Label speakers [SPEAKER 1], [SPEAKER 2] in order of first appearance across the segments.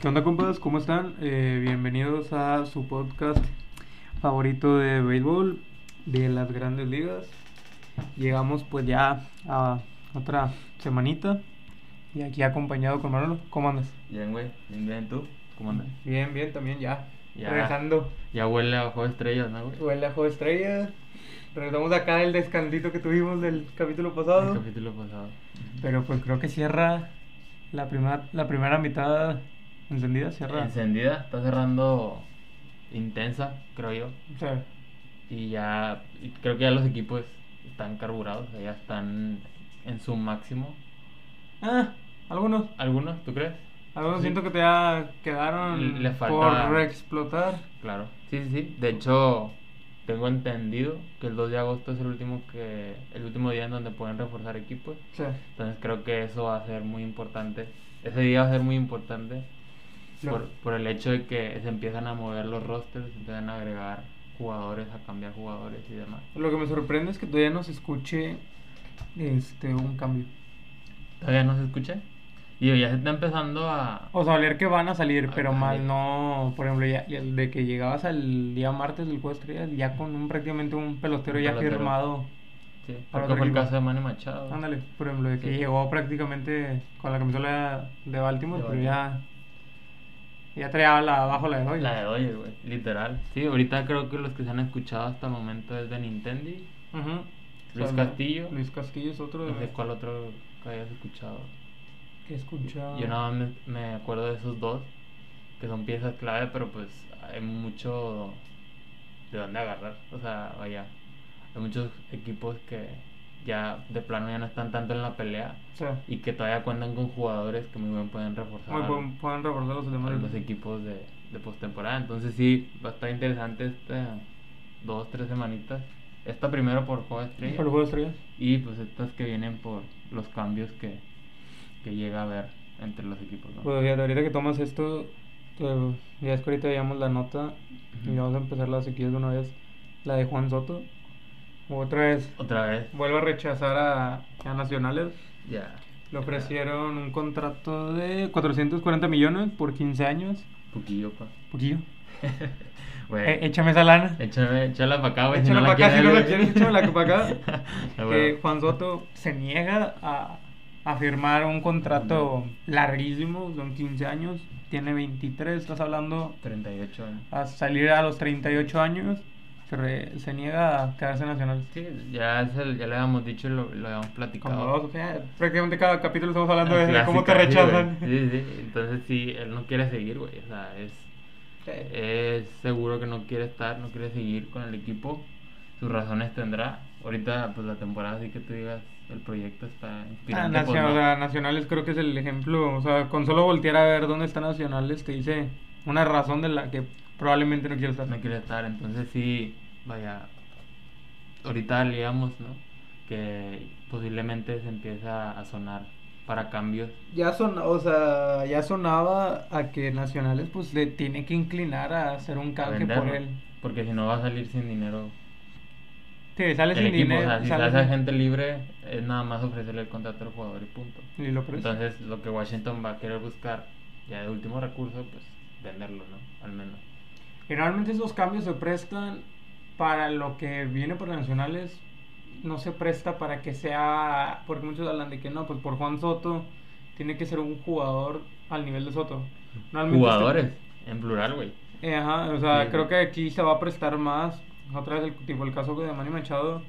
[SPEAKER 1] ¿Qué onda, compas? ¿Cómo están? Eh, bienvenidos a su podcast favorito de béisbol de las grandes ligas. Llegamos pues ya a otra semanita y aquí acompañado con Manolo. ¿Cómo andas?
[SPEAKER 2] Bien, güey. Bien, bien. ¿Tú? ¿Cómo andas?
[SPEAKER 1] Bien, bien, también ya.
[SPEAKER 2] Ya.
[SPEAKER 1] Regresando.
[SPEAKER 2] Ya huele a Juego de Estrellas, ¿no, güey?
[SPEAKER 1] Huele a Juego de Estrellas. Regresamos acá del descansito que tuvimos del capítulo pasado.
[SPEAKER 2] El capítulo pasado.
[SPEAKER 1] Pero pues creo que cierra la primera, la primera mitad encendida, cierra.
[SPEAKER 2] Encendida, está cerrando intensa, creo yo.
[SPEAKER 1] O sea,
[SPEAKER 2] Y ya, y creo que ya los equipos están carburados, o sea, ya están en su máximo.
[SPEAKER 1] ah, algunos.
[SPEAKER 2] ¿Algunos, tú crees?
[SPEAKER 1] Algunos
[SPEAKER 2] Sí.
[SPEAKER 1] siento que te ya quedaron
[SPEAKER 2] Le falta-
[SPEAKER 1] por explotar.
[SPEAKER 2] Claro. Sí, sí, sí. De hecho, tengo entendido que el 2 de agosto es el último que el último día en donde pueden reforzar equipos.
[SPEAKER 1] O sea,
[SPEAKER 2] Entonces creo que eso va a ser muy importante. Ese día va a ser muy importante
[SPEAKER 1] lo-
[SPEAKER 2] por, por el hecho de que se empiezan a mover los rosters, se empiezan a agregar jugadores, a cambiar jugadores y demás.
[SPEAKER 1] lo que me sorprende es que todavía no se escuche este, un cambio.
[SPEAKER 2] ¿Todavía no se escucha? Digo, ya se está empezando a...
[SPEAKER 1] O sea, oler que van a salir,
[SPEAKER 2] Ah,
[SPEAKER 1] pero
[SPEAKER 2] también.
[SPEAKER 1] mal no. Por ejemplo, ya, ya de que llegabas al día martes del juego de estrellas, ya con un, prácticamente un pelotero
[SPEAKER 2] Un
[SPEAKER 1] ya
[SPEAKER 2] pelotero.
[SPEAKER 1] firmado.
[SPEAKER 2] Sí, creo
[SPEAKER 1] para
[SPEAKER 2] que
[SPEAKER 1] otro
[SPEAKER 2] fue el
[SPEAKER 1] equipo.
[SPEAKER 2] caso de Manny Machado.
[SPEAKER 1] Ándale, por ejemplo, de que
[SPEAKER 2] Sí.
[SPEAKER 1] llegó prácticamente con la camisola de Baltimore,
[SPEAKER 2] De
[SPEAKER 1] pero ya. Ya traía la, abajo la de hoy.
[SPEAKER 2] La de hoy, güey, literal. Sí, ahorita creo que los que se han escuchado hasta el momento es de Nintendo.
[SPEAKER 1] Ujú.
[SPEAKER 2] Luis
[SPEAKER 1] Salió-
[SPEAKER 2] Castillo.
[SPEAKER 1] Luis eh. Castillo es otro de
[SPEAKER 2] No sé cuál otro que hayas escuchado.
[SPEAKER 1] que he escuchado.
[SPEAKER 2] Yo nada más me, me acuerdo de esos dos, que son piezas clave, pero pues hay mucho de dónde agarrar. O sea, vaya, hay muchos equipos que ya de plano ya no están tanto en la pelea
[SPEAKER 1] O sea,
[SPEAKER 2] y que todavía cuentan con jugadores que muy bien pueden reforzar
[SPEAKER 1] muy
[SPEAKER 2] a-
[SPEAKER 1] buen- pueden recordar los
[SPEAKER 2] a
[SPEAKER 1] demás.
[SPEAKER 2] los equipos de, de postemporada. Entonces sí, va a estar interesante esta dos, tres semanitas. Esta primero por Juego de Estrellas
[SPEAKER 1] Por el juego de estrellas.
[SPEAKER 2] y pues estas que vienen por los cambios que, que llega a haber entre los equipos. ¿no?
[SPEAKER 1] Pues fíjate, ahorita que tomas esto, te- ya es que ahorita veíamos la nota y
[SPEAKER 2] Ujú.
[SPEAKER 1] vamos a empezar la sequía de una vez. La de Juan Soto. Otra vez
[SPEAKER 2] Otra vez.
[SPEAKER 1] vuelve a rechazar a, a Nacionales.
[SPEAKER 2] Ya.
[SPEAKER 1] Le ofrecieron un contrato de 440 millones por 15 años.
[SPEAKER 2] Poquillo, pa.
[SPEAKER 1] Poquillo.
[SPEAKER 2] Güey.
[SPEAKER 1] Eh, échame esa lana.
[SPEAKER 2] échame, échala para acá, güey.
[SPEAKER 1] Échala pa' acá, si no la
[SPEAKER 2] quiere,
[SPEAKER 1] quieres, échala pa' acá.
[SPEAKER 2] Ah,
[SPEAKER 1] que
[SPEAKER 2] güey.
[SPEAKER 1] Juan Soto se niega a, a firmar un contrato larguísimo, son 15 años, tiene 23, estás hablando
[SPEAKER 2] 38 años.
[SPEAKER 1] a salir a los 38 años, se, re- se niega a quedarse nacional.
[SPEAKER 2] Sí, ya, es el- ya le habíamos dicho, lo, lo habíamos platicado.
[SPEAKER 1] Como dos, o sea, prácticamente cada capítulo estamos hablando
[SPEAKER 2] La
[SPEAKER 1] de cómo te
[SPEAKER 2] clásica, sí,
[SPEAKER 1] rechazan.
[SPEAKER 2] güey. Sí, sí, Entonces, sí, él no quiere seguir, güey. O sea, es,
[SPEAKER 1] Eh,
[SPEAKER 2] es seguro que no quiere estar, no quiere seguir con el equipo. Sus razones tendrá. Ahorita, pues la temporada, así que tú digas, el proyecto está
[SPEAKER 1] ah,
[SPEAKER 2] inspirante. pues,
[SPEAKER 1] nacio-
[SPEAKER 2] no.
[SPEAKER 1] o sea, nacionales creo que es el ejemplo, o sea, con solo voltear a ver dónde está Nacionales te dice una razón de la que probablemente no quiero estar.
[SPEAKER 2] no quiere estar. Entonces sí, vaya, ahorita leíamos, ¿no? Que posiblemente se empieza a sonar para cambios.
[SPEAKER 1] Ya son, o sea, ya sonaba a que Nacionales pues le tiene que inclinar a hacer un
[SPEAKER 2] a
[SPEAKER 1] canje
[SPEAKER 2] venderlo,
[SPEAKER 1] por él.
[SPEAKER 2] Porque si no va a salir sin dinero.
[SPEAKER 1] Sí, sale
[SPEAKER 2] El
[SPEAKER 1] sin
[SPEAKER 2] equipo,
[SPEAKER 1] dinero,
[SPEAKER 2] o sea, si se
[SPEAKER 1] sale
[SPEAKER 2] hace a
[SPEAKER 1] sin-
[SPEAKER 2] gente libre, es nada más ofrecerle el contrato al jugador y punto.
[SPEAKER 1] Y lo crees.
[SPEAKER 2] Entonces lo que Washington va a querer buscar, ya de último recurso, pues venderlo, ¿no? Al menos.
[SPEAKER 1] Generalmente esos cambios se prestan para lo que viene por Nacionales, no se presta para que sea, porque muchos hablan de que no, pues por Juan Soto tiene que ser un jugador al nivel de Soto. Normalmente este-
[SPEAKER 2] Jugadores, en plural, güey.
[SPEAKER 1] Eh, ajá, o sea,
[SPEAKER 2] Sí.
[SPEAKER 1] creo que aquí se va a prestar más, otra vez el, tipo el caso de Manny Machado,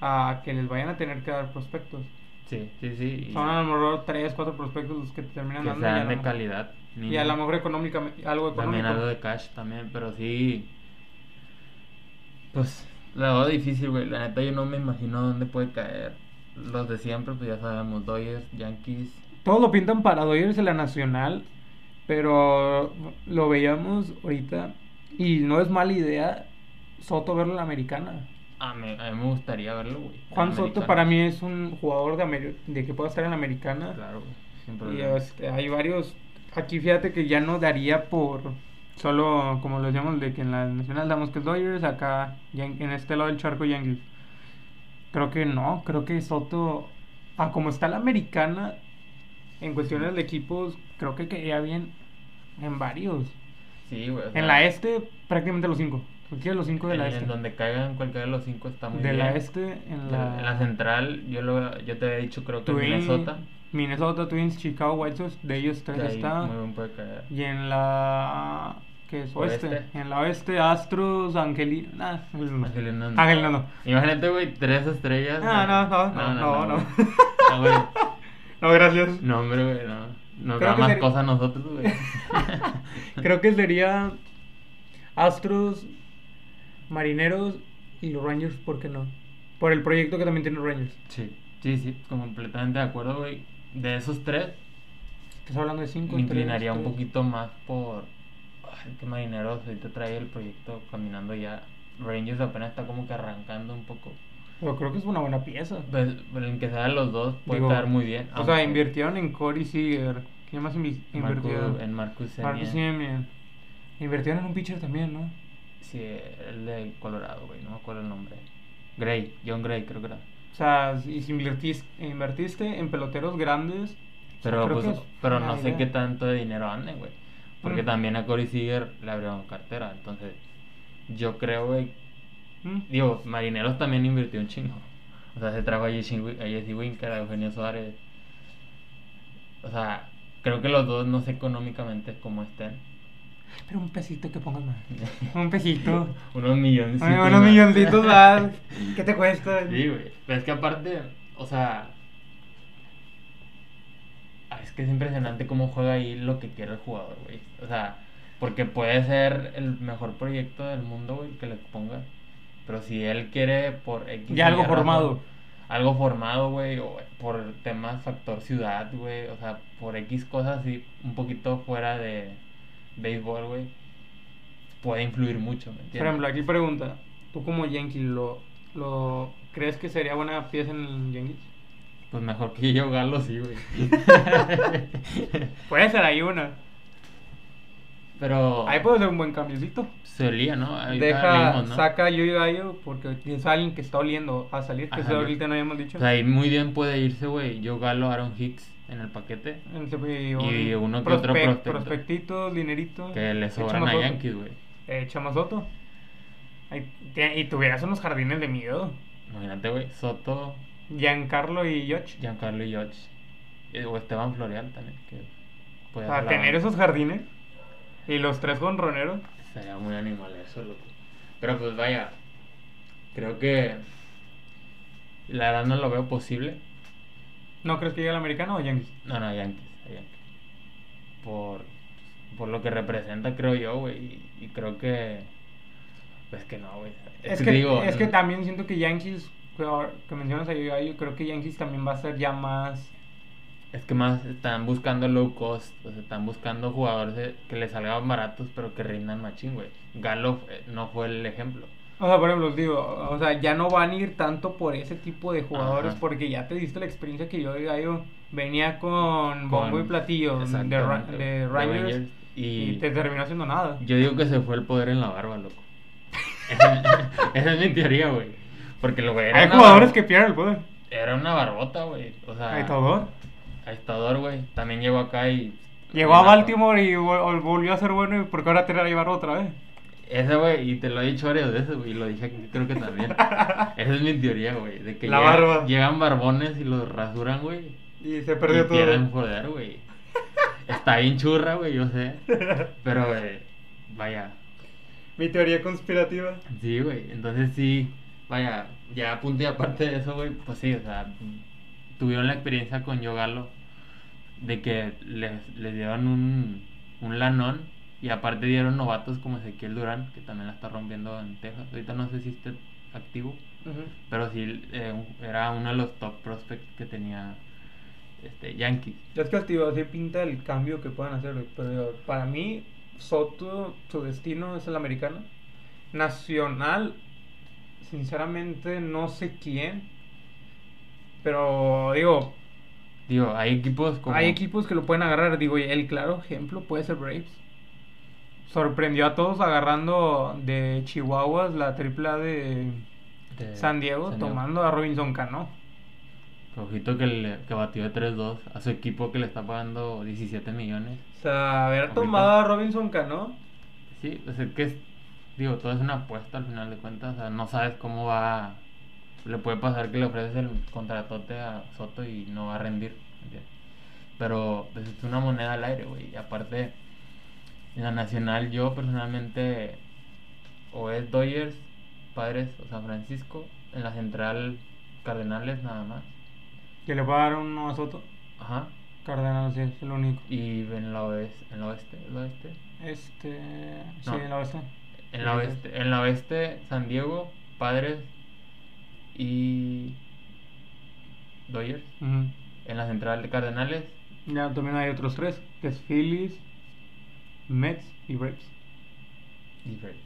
[SPEAKER 1] a que les vayan a tener que dar prospectos.
[SPEAKER 2] Sí, sí, sí. y
[SPEAKER 1] Son a lo mejor 3, 4 prospectos los que te terminan
[SPEAKER 2] que
[SPEAKER 1] dando. y a
[SPEAKER 2] sean
[SPEAKER 1] lo
[SPEAKER 2] de
[SPEAKER 1] mejor-
[SPEAKER 2] calidad.
[SPEAKER 1] Y a lo
[SPEAKER 2] mínimo.
[SPEAKER 1] mejor económicamente, algo
[SPEAKER 2] También
[SPEAKER 1] económico.
[SPEAKER 2] algo de cash también, pero sí. Pues la veo difícil, güey. La neta yo no me imagino dónde puede caer. Los de siempre, pues ya sabemos, Dodgers, Yankees.
[SPEAKER 1] Todos lo pintan para Dodgers en la nacional, pero lo veíamos ahorita y no es mala idea Soto verlo en la americana.
[SPEAKER 2] A mí, a mí me gustaría verlo, güey.
[SPEAKER 1] Juan
[SPEAKER 2] En
[SPEAKER 1] Soto
[SPEAKER 2] americano.
[SPEAKER 1] para mí es un jugador de, amer- de que pueda estar en la americana.
[SPEAKER 2] Claro, güey. Sin
[SPEAKER 1] Y
[SPEAKER 2] problema.
[SPEAKER 1] este, hay varios. Aquí fíjate que ya no daría por solo, como lo llamamos, de que en la Nacional damos que es Dodgers, acá Yan- en este lado del charco Yankees. Creo que no, creo que Soto, ah, a como está la americana, en cuestiones de equipos, creo que quedaría bien En varios.
[SPEAKER 2] Sí, güey. o sea,
[SPEAKER 1] En la este, prácticamente los cinco. Cualquiera de los cinco de
[SPEAKER 2] en-
[SPEAKER 1] la
[SPEAKER 2] en
[SPEAKER 1] este.
[SPEAKER 2] donde caigan cualquiera de los cinco está muy
[SPEAKER 1] De
[SPEAKER 2] bien.
[SPEAKER 1] la este, en
[SPEAKER 2] En la,
[SPEAKER 1] la.
[SPEAKER 2] en la central, yo, lo, yo te había dicho, creo que en
[SPEAKER 1] Twin-
[SPEAKER 2] Minnesota.
[SPEAKER 1] Minnesota Twins, Chicago White Sox, de ellos tres
[SPEAKER 2] de ahí
[SPEAKER 1] está.
[SPEAKER 2] Muy bien puede caer.
[SPEAKER 1] Y en la. que es? Oeste.
[SPEAKER 2] Oeste.
[SPEAKER 1] En la oeste, Astros, Angelina. Nah, Angelina no.
[SPEAKER 2] Angelina no.
[SPEAKER 1] Angelina Ah, no.
[SPEAKER 2] Imagínate, güey, tres estrellas.
[SPEAKER 1] Ah, no, no, no, no, no.
[SPEAKER 2] güey. No, güey.
[SPEAKER 1] No, gracias.
[SPEAKER 2] No, hombre, güey, no. Nos
[SPEAKER 1] Creo
[SPEAKER 2] da
[SPEAKER 1] que
[SPEAKER 2] más
[SPEAKER 1] sería-
[SPEAKER 2] cosas a nosotros, güey. Mm.
[SPEAKER 1] Creo que sería Astros, Marineros y los Rangers, ¿por qué no? Por el proyecto que también tiene Rangers.
[SPEAKER 2] Sí, sí, sí, completamente de acuerdo, güey. De esos tres,
[SPEAKER 1] Estás hablando de cinco.
[SPEAKER 2] me
[SPEAKER 1] tres,
[SPEAKER 2] inclinaría un
[SPEAKER 1] tres.
[SPEAKER 2] poquito más por. Ay, qué marineros, ahorita trae el proyecto caminando ya. Rangers apenas está como que arrancando un poco.
[SPEAKER 1] Pero creo que es una buena pieza.
[SPEAKER 2] Pues, pero en que sean los dos puede
[SPEAKER 1] Digo,
[SPEAKER 2] estar muy bien.
[SPEAKER 1] O sea,
[SPEAKER 2] aunque
[SPEAKER 1] invirtieron en Corey Seager. ¿Quién más invi-
[SPEAKER 2] en Marcus-
[SPEAKER 1] invirtieron?
[SPEAKER 2] en Marcus Semien.
[SPEAKER 1] Marcus Semien. Invirtieron en un pitcher también, ¿no?
[SPEAKER 2] Sí, el de Colorado, güey, no me acuerdo el nombre. Gray, John Gray, creo que era.
[SPEAKER 1] O sea, y si invertiste, invertiste en peloteros grandes.
[SPEAKER 2] Pero,
[SPEAKER 1] creo
[SPEAKER 2] pues,
[SPEAKER 1] que es
[SPEAKER 2] pero
[SPEAKER 1] una
[SPEAKER 2] no sé
[SPEAKER 1] idea.
[SPEAKER 2] qué tanto de dinero anden, güey. Porque
[SPEAKER 1] Mm.
[SPEAKER 2] también a Corey Seager le abrieron cartera. Entonces, yo creo, güey.
[SPEAKER 1] ¿Mm?
[SPEAKER 2] Digo, Marineros también invirtió un chingo. O sea, se trajo a Jesse Win- a Jesse Winker, a Eugenio Suárez. O sea, creo que los dos no sé económicamente cómo estén.
[SPEAKER 1] Pero un pesito que pongas más. Un pesito.
[SPEAKER 2] Unos milloncitos.
[SPEAKER 1] Ay, unos
[SPEAKER 2] más.
[SPEAKER 1] milloncitos más. ¿Qué te cuesta?
[SPEAKER 2] Sí, güey. Pero es que aparte, o sea. ah, Es que es impresionante cómo juega ahí lo que quiere el jugador, güey. O sea, porque puede ser el mejor proyecto del mundo, güey, que le ponga. Pero si él quiere por X.
[SPEAKER 1] Ya
[SPEAKER 2] o Y
[SPEAKER 1] algo
[SPEAKER 2] razón,
[SPEAKER 1] formado.
[SPEAKER 2] Algo formado, güey, o por temas factor ciudad, güey. O sea, por X cosas así, un poquito fuera de béisbol, güey. Puede influir mucho, ¿me entiendes?
[SPEAKER 1] Por ejemplo, aquí pregunta, ¿tú como Yankee lo, lo crees que sería buena pieza en el Yankees?
[SPEAKER 2] Pues mejor que yo, Galo, sí, güey.
[SPEAKER 1] Puede ser ahí una.
[SPEAKER 2] Pero.
[SPEAKER 1] Ahí puede ser un buen cambiocito.
[SPEAKER 2] Solía, ¿no? Ahorita
[SPEAKER 1] Deja,
[SPEAKER 2] leímos, ¿no?
[SPEAKER 1] saca a Yuy Gallo porque es alguien que está oliendo a salir, que
[SPEAKER 2] Ajá,
[SPEAKER 1] eso
[SPEAKER 2] yo-
[SPEAKER 1] ahorita no habíamos dicho.
[SPEAKER 2] O sea, ahí muy bien puede irse, güey. Yo, Galo, Aaron Hicks en el paquete.
[SPEAKER 1] Entonces, y
[SPEAKER 2] y
[SPEAKER 1] un
[SPEAKER 2] uno que otro prospecto.
[SPEAKER 1] Prospectitos, dineritos.
[SPEAKER 2] Que le sobran a Yankees, güey.
[SPEAKER 1] Chama Soto. Eh, Ahí te- Y tuvieras unos jardines de miedo.
[SPEAKER 2] Imagínate, güey. Soto,
[SPEAKER 1] Giancarlo y Yoch.
[SPEAKER 2] Giancarlo y George. Eh, O Esteban Florial también. Que puede
[SPEAKER 1] Para
[SPEAKER 2] hacer la
[SPEAKER 1] tener
[SPEAKER 2] banda.
[SPEAKER 1] esos jardines. Y los tres jonroneros.
[SPEAKER 2] Sería muy animal eso, loco. Pero pues vaya. Creo que. La verdad no lo veo posible.
[SPEAKER 1] ¿No crees que llegue el americano o Yankees?
[SPEAKER 2] No, no, Yankees, a Yankees. Por, por lo que representa, creo yo, güey. Y, y creo que. Pues que no, güey.
[SPEAKER 1] Es, que,
[SPEAKER 2] te digo,
[SPEAKER 1] es que
[SPEAKER 2] mm,
[SPEAKER 1] también siento que Yankees, que, ahora- que mencionas a Yo, yo creo que Yankees también va a ser ya más.
[SPEAKER 2] Es que más están buscando low cost. O sea, están buscando jugadores de- que les salgan baratos, pero que rindan machín, güey. Galo eh, no fue el ejemplo.
[SPEAKER 1] O sea, por ejemplo, os digo, o sea, ya no van a ir tanto por ese tipo de jugadores
[SPEAKER 2] Ajá.
[SPEAKER 1] porque ya te diste la experiencia que yo Gallo venía con bombo y
[SPEAKER 2] Con-
[SPEAKER 1] platillo de, Ra-
[SPEAKER 2] Exactamente, güey,
[SPEAKER 1] de Rangers
[SPEAKER 2] Y,
[SPEAKER 1] y te terminó haciendo nada.
[SPEAKER 2] Yo digo que se fue el poder en la barba, loco. Esa, esa es mi teoría, güey. Porque lo güey. era
[SPEAKER 1] Hay
[SPEAKER 2] una
[SPEAKER 1] jugadores
[SPEAKER 2] barba-
[SPEAKER 1] que pierden el poder.
[SPEAKER 2] Era una barbota, güey. O sea.
[SPEAKER 1] Hay todo.
[SPEAKER 2] A Estador, güey. También llegó acá y.
[SPEAKER 1] Llegó a Baltimore y vol- volvió a ser bueno y porque ahora te la llevar otra vez.
[SPEAKER 2] Ese, güey, y te lo he dicho varias veces, güey, y lo dije aquí, creo que también. Esa es mi teoría, güey. De que
[SPEAKER 1] La
[SPEAKER 2] llega-
[SPEAKER 1] barba.
[SPEAKER 2] llegan barbones y los rasuran, güey.
[SPEAKER 1] Y se
[SPEAKER 2] Y
[SPEAKER 1] perdió todo.
[SPEAKER 2] pierden poder, güey. Está bien churra, güey, yo sé. Pero, güey, vaya.
[SPEAKER 1] Mi teoría conspirativa.
[SPEAKER 2] Sí, güey. Entonces sí, vaya, ya a punto y aparte de eso, güey, pues sí, o sea, tuvieron la experiencia con Yogalo de que les, les dieron un, un lanón y aparte dieron novatos como Ezequiel Durán, que también la está rompiendo en Texas. Ahorita no sé si esté activo, pero sí eh, era uno de los top prospects que tenía este Yankees.
[SPEAKER 1] Es que te digo, así pinta el cambio que puedan hacer, güey, pero digo, para mí Soto, su destino es el americano. Nacional, sinceramente no sé quién, pero digo,
[SPEAKER 2] Digo, hay equipos como...
[SPEAKER 1] hay equipos que lo pueden agarrar, digo, y el claro ejemplo puede ser Braves. Sorprendió a todos agarrando de Chihuahuas la tripla de
[SPEAKER 2] de-
[SPEAKER 1] San Diego, tomando a Robinson Cano.
[SPEAKER 2] Ojito que, le, que batió de 3-2 a su equipo que le está pagando 17 millones.
[SPEAKER 1] O sea, haber
[SPEAKER 2] Ahorita.
[SPEAKER 1] tomado a Robinson Cano.
[SPEAKER 2] Sí, o sea, que es, digo, todo es una apuesta al final de cuentas, o sea, no sabes cómo va, le puede pasar que le ofreces el contratote a Soto y no va a rendir, ¿entiendes? Pero pues, es una moneda al aire, güey, y aparte, en la nacional yo personalmente, o es Dodgers, Padres o San Francisco, en la central Cardenales nada más,
[SPEAKER 1] Que le pagaron uno a Soto.
[SPEAKER 2] ajá,
[SPEAKER 1] Cardenal, sí, es el único.
[SPEAKER 2] y en la oeste, en la oeste, el oeste,
[SPEAKER 1] Este. Sí,
[SPEAKER 2] No.
[SPEAKER 1] en la base.
[SPEAKER 2] En la
[SPEAKER 1] Sí, sí.
[SPEAKER 2] oeste, en la oeste, San Diego, Padres y Dodgers.
[SPEAKER 1] Ujú.
[SPEAKER 2] En la central, Cardenales.
[SPEAKER 1] Ya también hay otros tres, que es Phillies, Mets y Braves.
[SPEAKER 2] y Braves.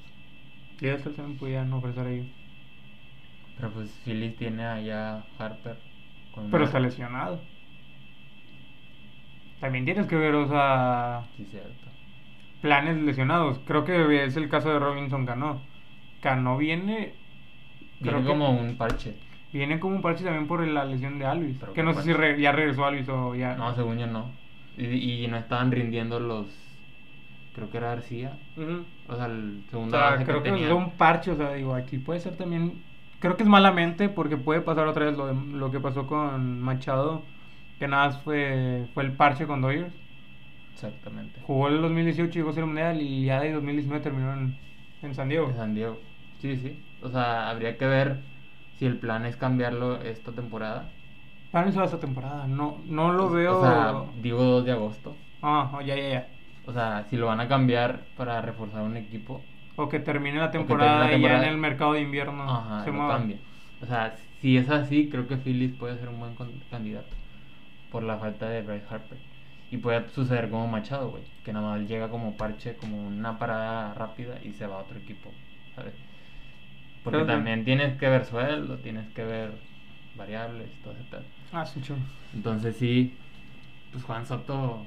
[SPEAKER 1] Y ellos tres también podían ofrecer ahí.
[SPEAKER 2] Pero pues Phillies tiene allá Harper. con
[SPEAKER 1] Pero
[SPEAKER 2] una-
[SPEAKER 1] está lesionado. También tienes que ver, o sea,
[SPEAKER 2] Sí, cierto.
[SPEAKER 1] planes lesionados. Creo que es el caso de Robinson Cano. Cano viene.
[SPEAKER 2] Tiene
[SPEAKER 1] creo que
[SPEAKER 2] como un parche.
[SPEAKER 1] Viene como un parche también por la lesión de Alvis.
[SPEAKER 2] Pero
[SPEAKER 1] Que
[SPEAKER 2] qué
[SPEAKER 1] no sé si
[SPEAKER 2] parche.
[SPEAKER 1] re- ya regresó Alvis o ya.
[SPEAKER 2] No, según yo no. Y, y no estaban rindiendo los. Creo que era García.
[SPEAKER 1] Ujú.
[SPEAKER 2] O sea, el
[SPEAKER 1] O
[SPEAKER 2] segundo
[SPEAKER 1] sea,
[SPEAKER 2] base
[SPEAKER 1] creo que,
[SPEAKER 2] tenía.
[SPEAKER 1] es un parche, o sea, digo, aquí puede ser también, creo que es malamente porque puede pasar otra vez lo, de- lo que pasó con Machado, que nada más fue, fue el parche con Dodgers.
[SPEAKER 2] Exactamente.
[SPEAKER 1] Jugó el 2018, llegó a ser mundial y ya de 2019 terminó en, en San Diego.
[SPEAKER 2] De San Diego. Sí, sí. O sea, habría que ver si el plan es cambiarlo esta temporada.
[SPEAKER 1] Para mí se va esta temporada, no, no lo
[SPEAKER 2] O-
[SPEAKER 1] veo...
[SPEAKER 2] O sea, digo 2 de agosto.
[SPEAKER 1] Ah, oh, ya, ya, ya.
[SPEAKER 2] O sea, si lo van a cambiar para reforzar un equipo,
[SPEAKER 1] O que termine la
[SPEAKER 2] que termine
[SPEAKER 1] temporada,
[SPEAKER 2] la
[SPEAKER 1] y
[SPEAKER 2] temporada.
[SPEAKER 1] ya en el mercado de invierno
[SPEAKER 2] ajá,
[SPEAKER 1] se
[SPEAKER 2] lo
[SPEAKER 1] mueva.
[SPEAKER 2] cambia. O sea, si es así, creo que Phillies puede ser un buen con- candidato por la falta de Bryce Harper. Y puede suceder como Machado, güey, que nada más llega como parche, como una parada rápida y se va a otro equipo, ¿sabes? Porque
[SPEAKER 1] Claro, sí.
[SPEAKER 2] también tienes que ver sueldo, tienes que ver variables, todo ese pedo.
[SPEAKER 1] Ah, sí, chulo.
[SPEAKER 2] Entonces sí, pues Juan Soto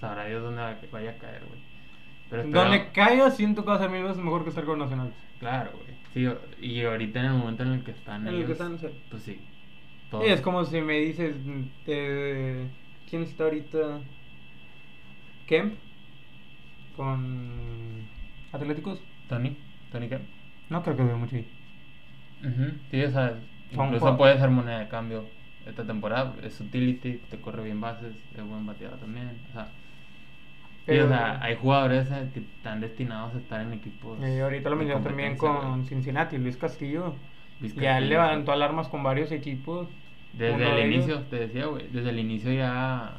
[SPEAKER 2] sabrá Dios dónde va- vaya a caer, güey. Pero
[SPEAKER 1] Donde
[SPEAKER 2] espero-
[SPEAKER 1] caiga, siento que va a ser mil veces mejor que estar con Nacionales.
[SPEAKER 2] Claro, güey. Sí, o- y ahorita en el momento en el que están
[SPEAKER 1] En el
[SPEAKER 2] ellos,
[SPEAKER 1] que están, sí.
[SPEAKER 2] pues sí.
[SPEAKER 1] Sí, es como si me dices, mm, eh, ¿quién está ahorita? Kemp con Atléticos.
[SPEAKER 2] Tony, Tony Kemp.
[SPEAKER 1] No creo que dure mucho ahí.
[SPEAKER 2] Ujú, Sí, o sea,
[SPEAKER 1] Son
[SPEAKER 2] incluso
[SPEAKER 1] cuatro.
[SPEAKER 2] puede ser moneda de cambio esta temporada. Es utility, te corre bien bases, es buen bateador también. O sea, sí,
[SPEAKER 1] Pero-
[SPEAKER 2] o sea, hay jugadores eh, que están destinados a estar en equipos.
[SPEAKER 1] Eh, ahorita lo
[SPEAKER 2] de
[SPEAKER 1] mencioné también
[SPEAKER 2] competencia,
[SPEAKER 1] con
[SPEAKER 2] güey.
[SPEAKER 1] Cincinnati, Luis Castillo.
[SPEAKER 2] Luis
[SPEAKER 1] ya
[SPEAKER 2] Castillo,
[SPEAKER 1] levantó
[SPEAKER 2] sí.
[SPEAKER 1] alarmas con varios equipos. Uno
[SPEAKER 2] Desde
[SPEAKER 1] de
[SPEAKER 2] el
[SPEAKER 1] ellos-
[SPEAKER 2] inicio, te decía, güey. Desde el inicio ya.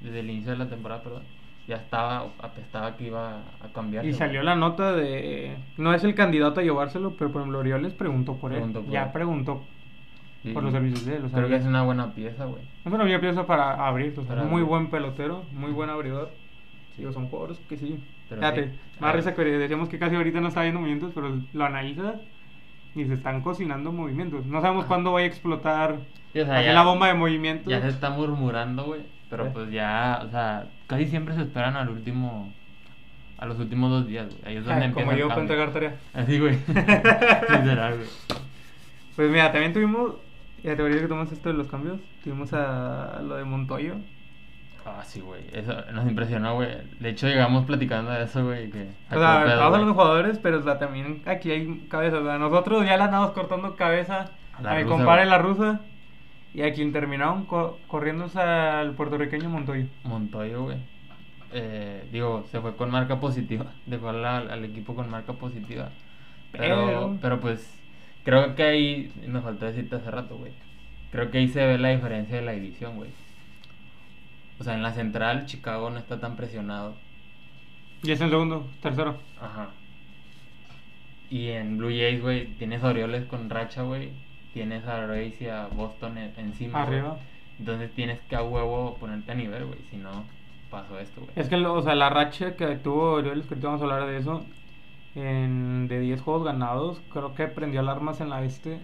[SPEAKER 2] Desde el inicio de la temporada, perdón. Ya estaba, apestaba que iba a cambiar.
[SPEAKER 1] Y salió la nota de. No es el candidato a llevárselo, pero por ejemplo, Orioles preguntó por él.
[SPEAKER 2] Preguntó por
[SPEAKER 1] ya
[SPEAKER 2] él.
[SPEAKER 1] preguntó
[SPEAKER 2] Sí,
[SPEAKER 1] por los servicios de él. o sea,
[SPEAKER 2] Creo que
[SPEAKER 1] ya-
[SPEAKER 2] es una buena pieza, güey.
[SPEAKER 1] Es una buena pieza para abrir. o sea,
[SPEAKER 2] Para
[SPEAKER 1] muy
[SPEAKER 2] abrir.
[SPEAKER 1] buen pelotero, muy buen abridor.
[SPEAKER 2] Sí.
[SPEAKER 1] Digo, son jugadores que sí.
[SPEAKER 2] Pero
[SPEAKER 1] Fíjate,
[SPEAKER 2] sí.
[SPEAKER 1] más
[SPEAKER 2] Ah.
[SPEAKER 1] risa que decíamos que casi ahorita no está viendo movimientos, pero lo analizas y se están cocinando movimientos. No sabemos
[SPEAKER 2] Ajá.
[SPEAKER 1] cuándo vaya a explotar
[SPEAKER 2] Sí, o sea,
[SPEAKER 1] así
[SPEAKER 2] ya-
[SPEAKER 1] la bomba de movimientos.
[SPEAKER 2] Ya se está murmurando, güey. Pero
[SPEAKER 1] Sí.
[SPEAKER 2] pues ya, o sea, casi siempre se esperan al último. A los últimos dos días, güey. Ahí es donde
[SPEAKER 1] Ay,
[SPEAKER 2] empieza
[SPEAKER 1] Ah, como
[SPEAKER 2] el
[SPEAKER 1] yo para
[SPEAKER 2] cambio.
[SPEAKER 1] entregar tarea.
[SPEAKER 2] Así, güey. Literal, güey.
[SPEAKER 1] Pues mira, también tuvimos, ya te que tomamos esto de los cambios, tuvimos a lo de Montoyo.
[SPEAKER 2] Ah, sí, güey. Eso nos impresionó, güey. De hecho, llegamos platicando de eso, güey. Que
[SPEAKER 1] O
[SPEAKER 2] sacó
[SPEAKER 1] sea,
[SPEAKER 2] pedo,
[SPEAKER 1] estamos hablando de
[SPEAKER 2] güey.
[SPEAKER 1] jugadores, pero o sea, también aquí hay cabezas. O sea, nosotros ya le andamos cortando cabeza
[SPEAKER 2] A la
[SPEAKER 1] a mi
[SPEAKER 2] rusa,
[SPEAKER 1] compadre
[SPEAKER 2] güey.
[SPEAKER 1] la rusa y a quien terminaron co- corriéndose al puertorriqueño Montoyo.
[SPEAKER 2] Montoyo, güey. Eh, digo, se fue con marca positiva. Dejó al, al equipo con marca positiva. Pero,
[SPEAKER 1] Pero-
[SPEAKER 2] pero, pues, creo que ahí, me faltó decirte hace rato, güey. Creo que ahí se ve la diferencia de la división, güey. O sea, en la central, Chicago no está tan presionado.
[SPEAKER 1] Y es el segundo, tercero.
[SPEAKER 2] Ajá. Y en Blue Jays, güey, tienes a Orioles con racha, güey. Tienes a Rays y a Boston en- encima. güey.
[SPEAKER 1] Arriba.
[SPEAKER 2] Entonces tienes que a huevo ponerte a nivel, güey. Si no, pasó esto, güey.
[SPEAKER 1] Es que, lo- o sea, la racha que tuvo Orioles, que ahorita vamos a hablar de eso, en, de 10 juegos ganados, creo que prendió alarmas en la este.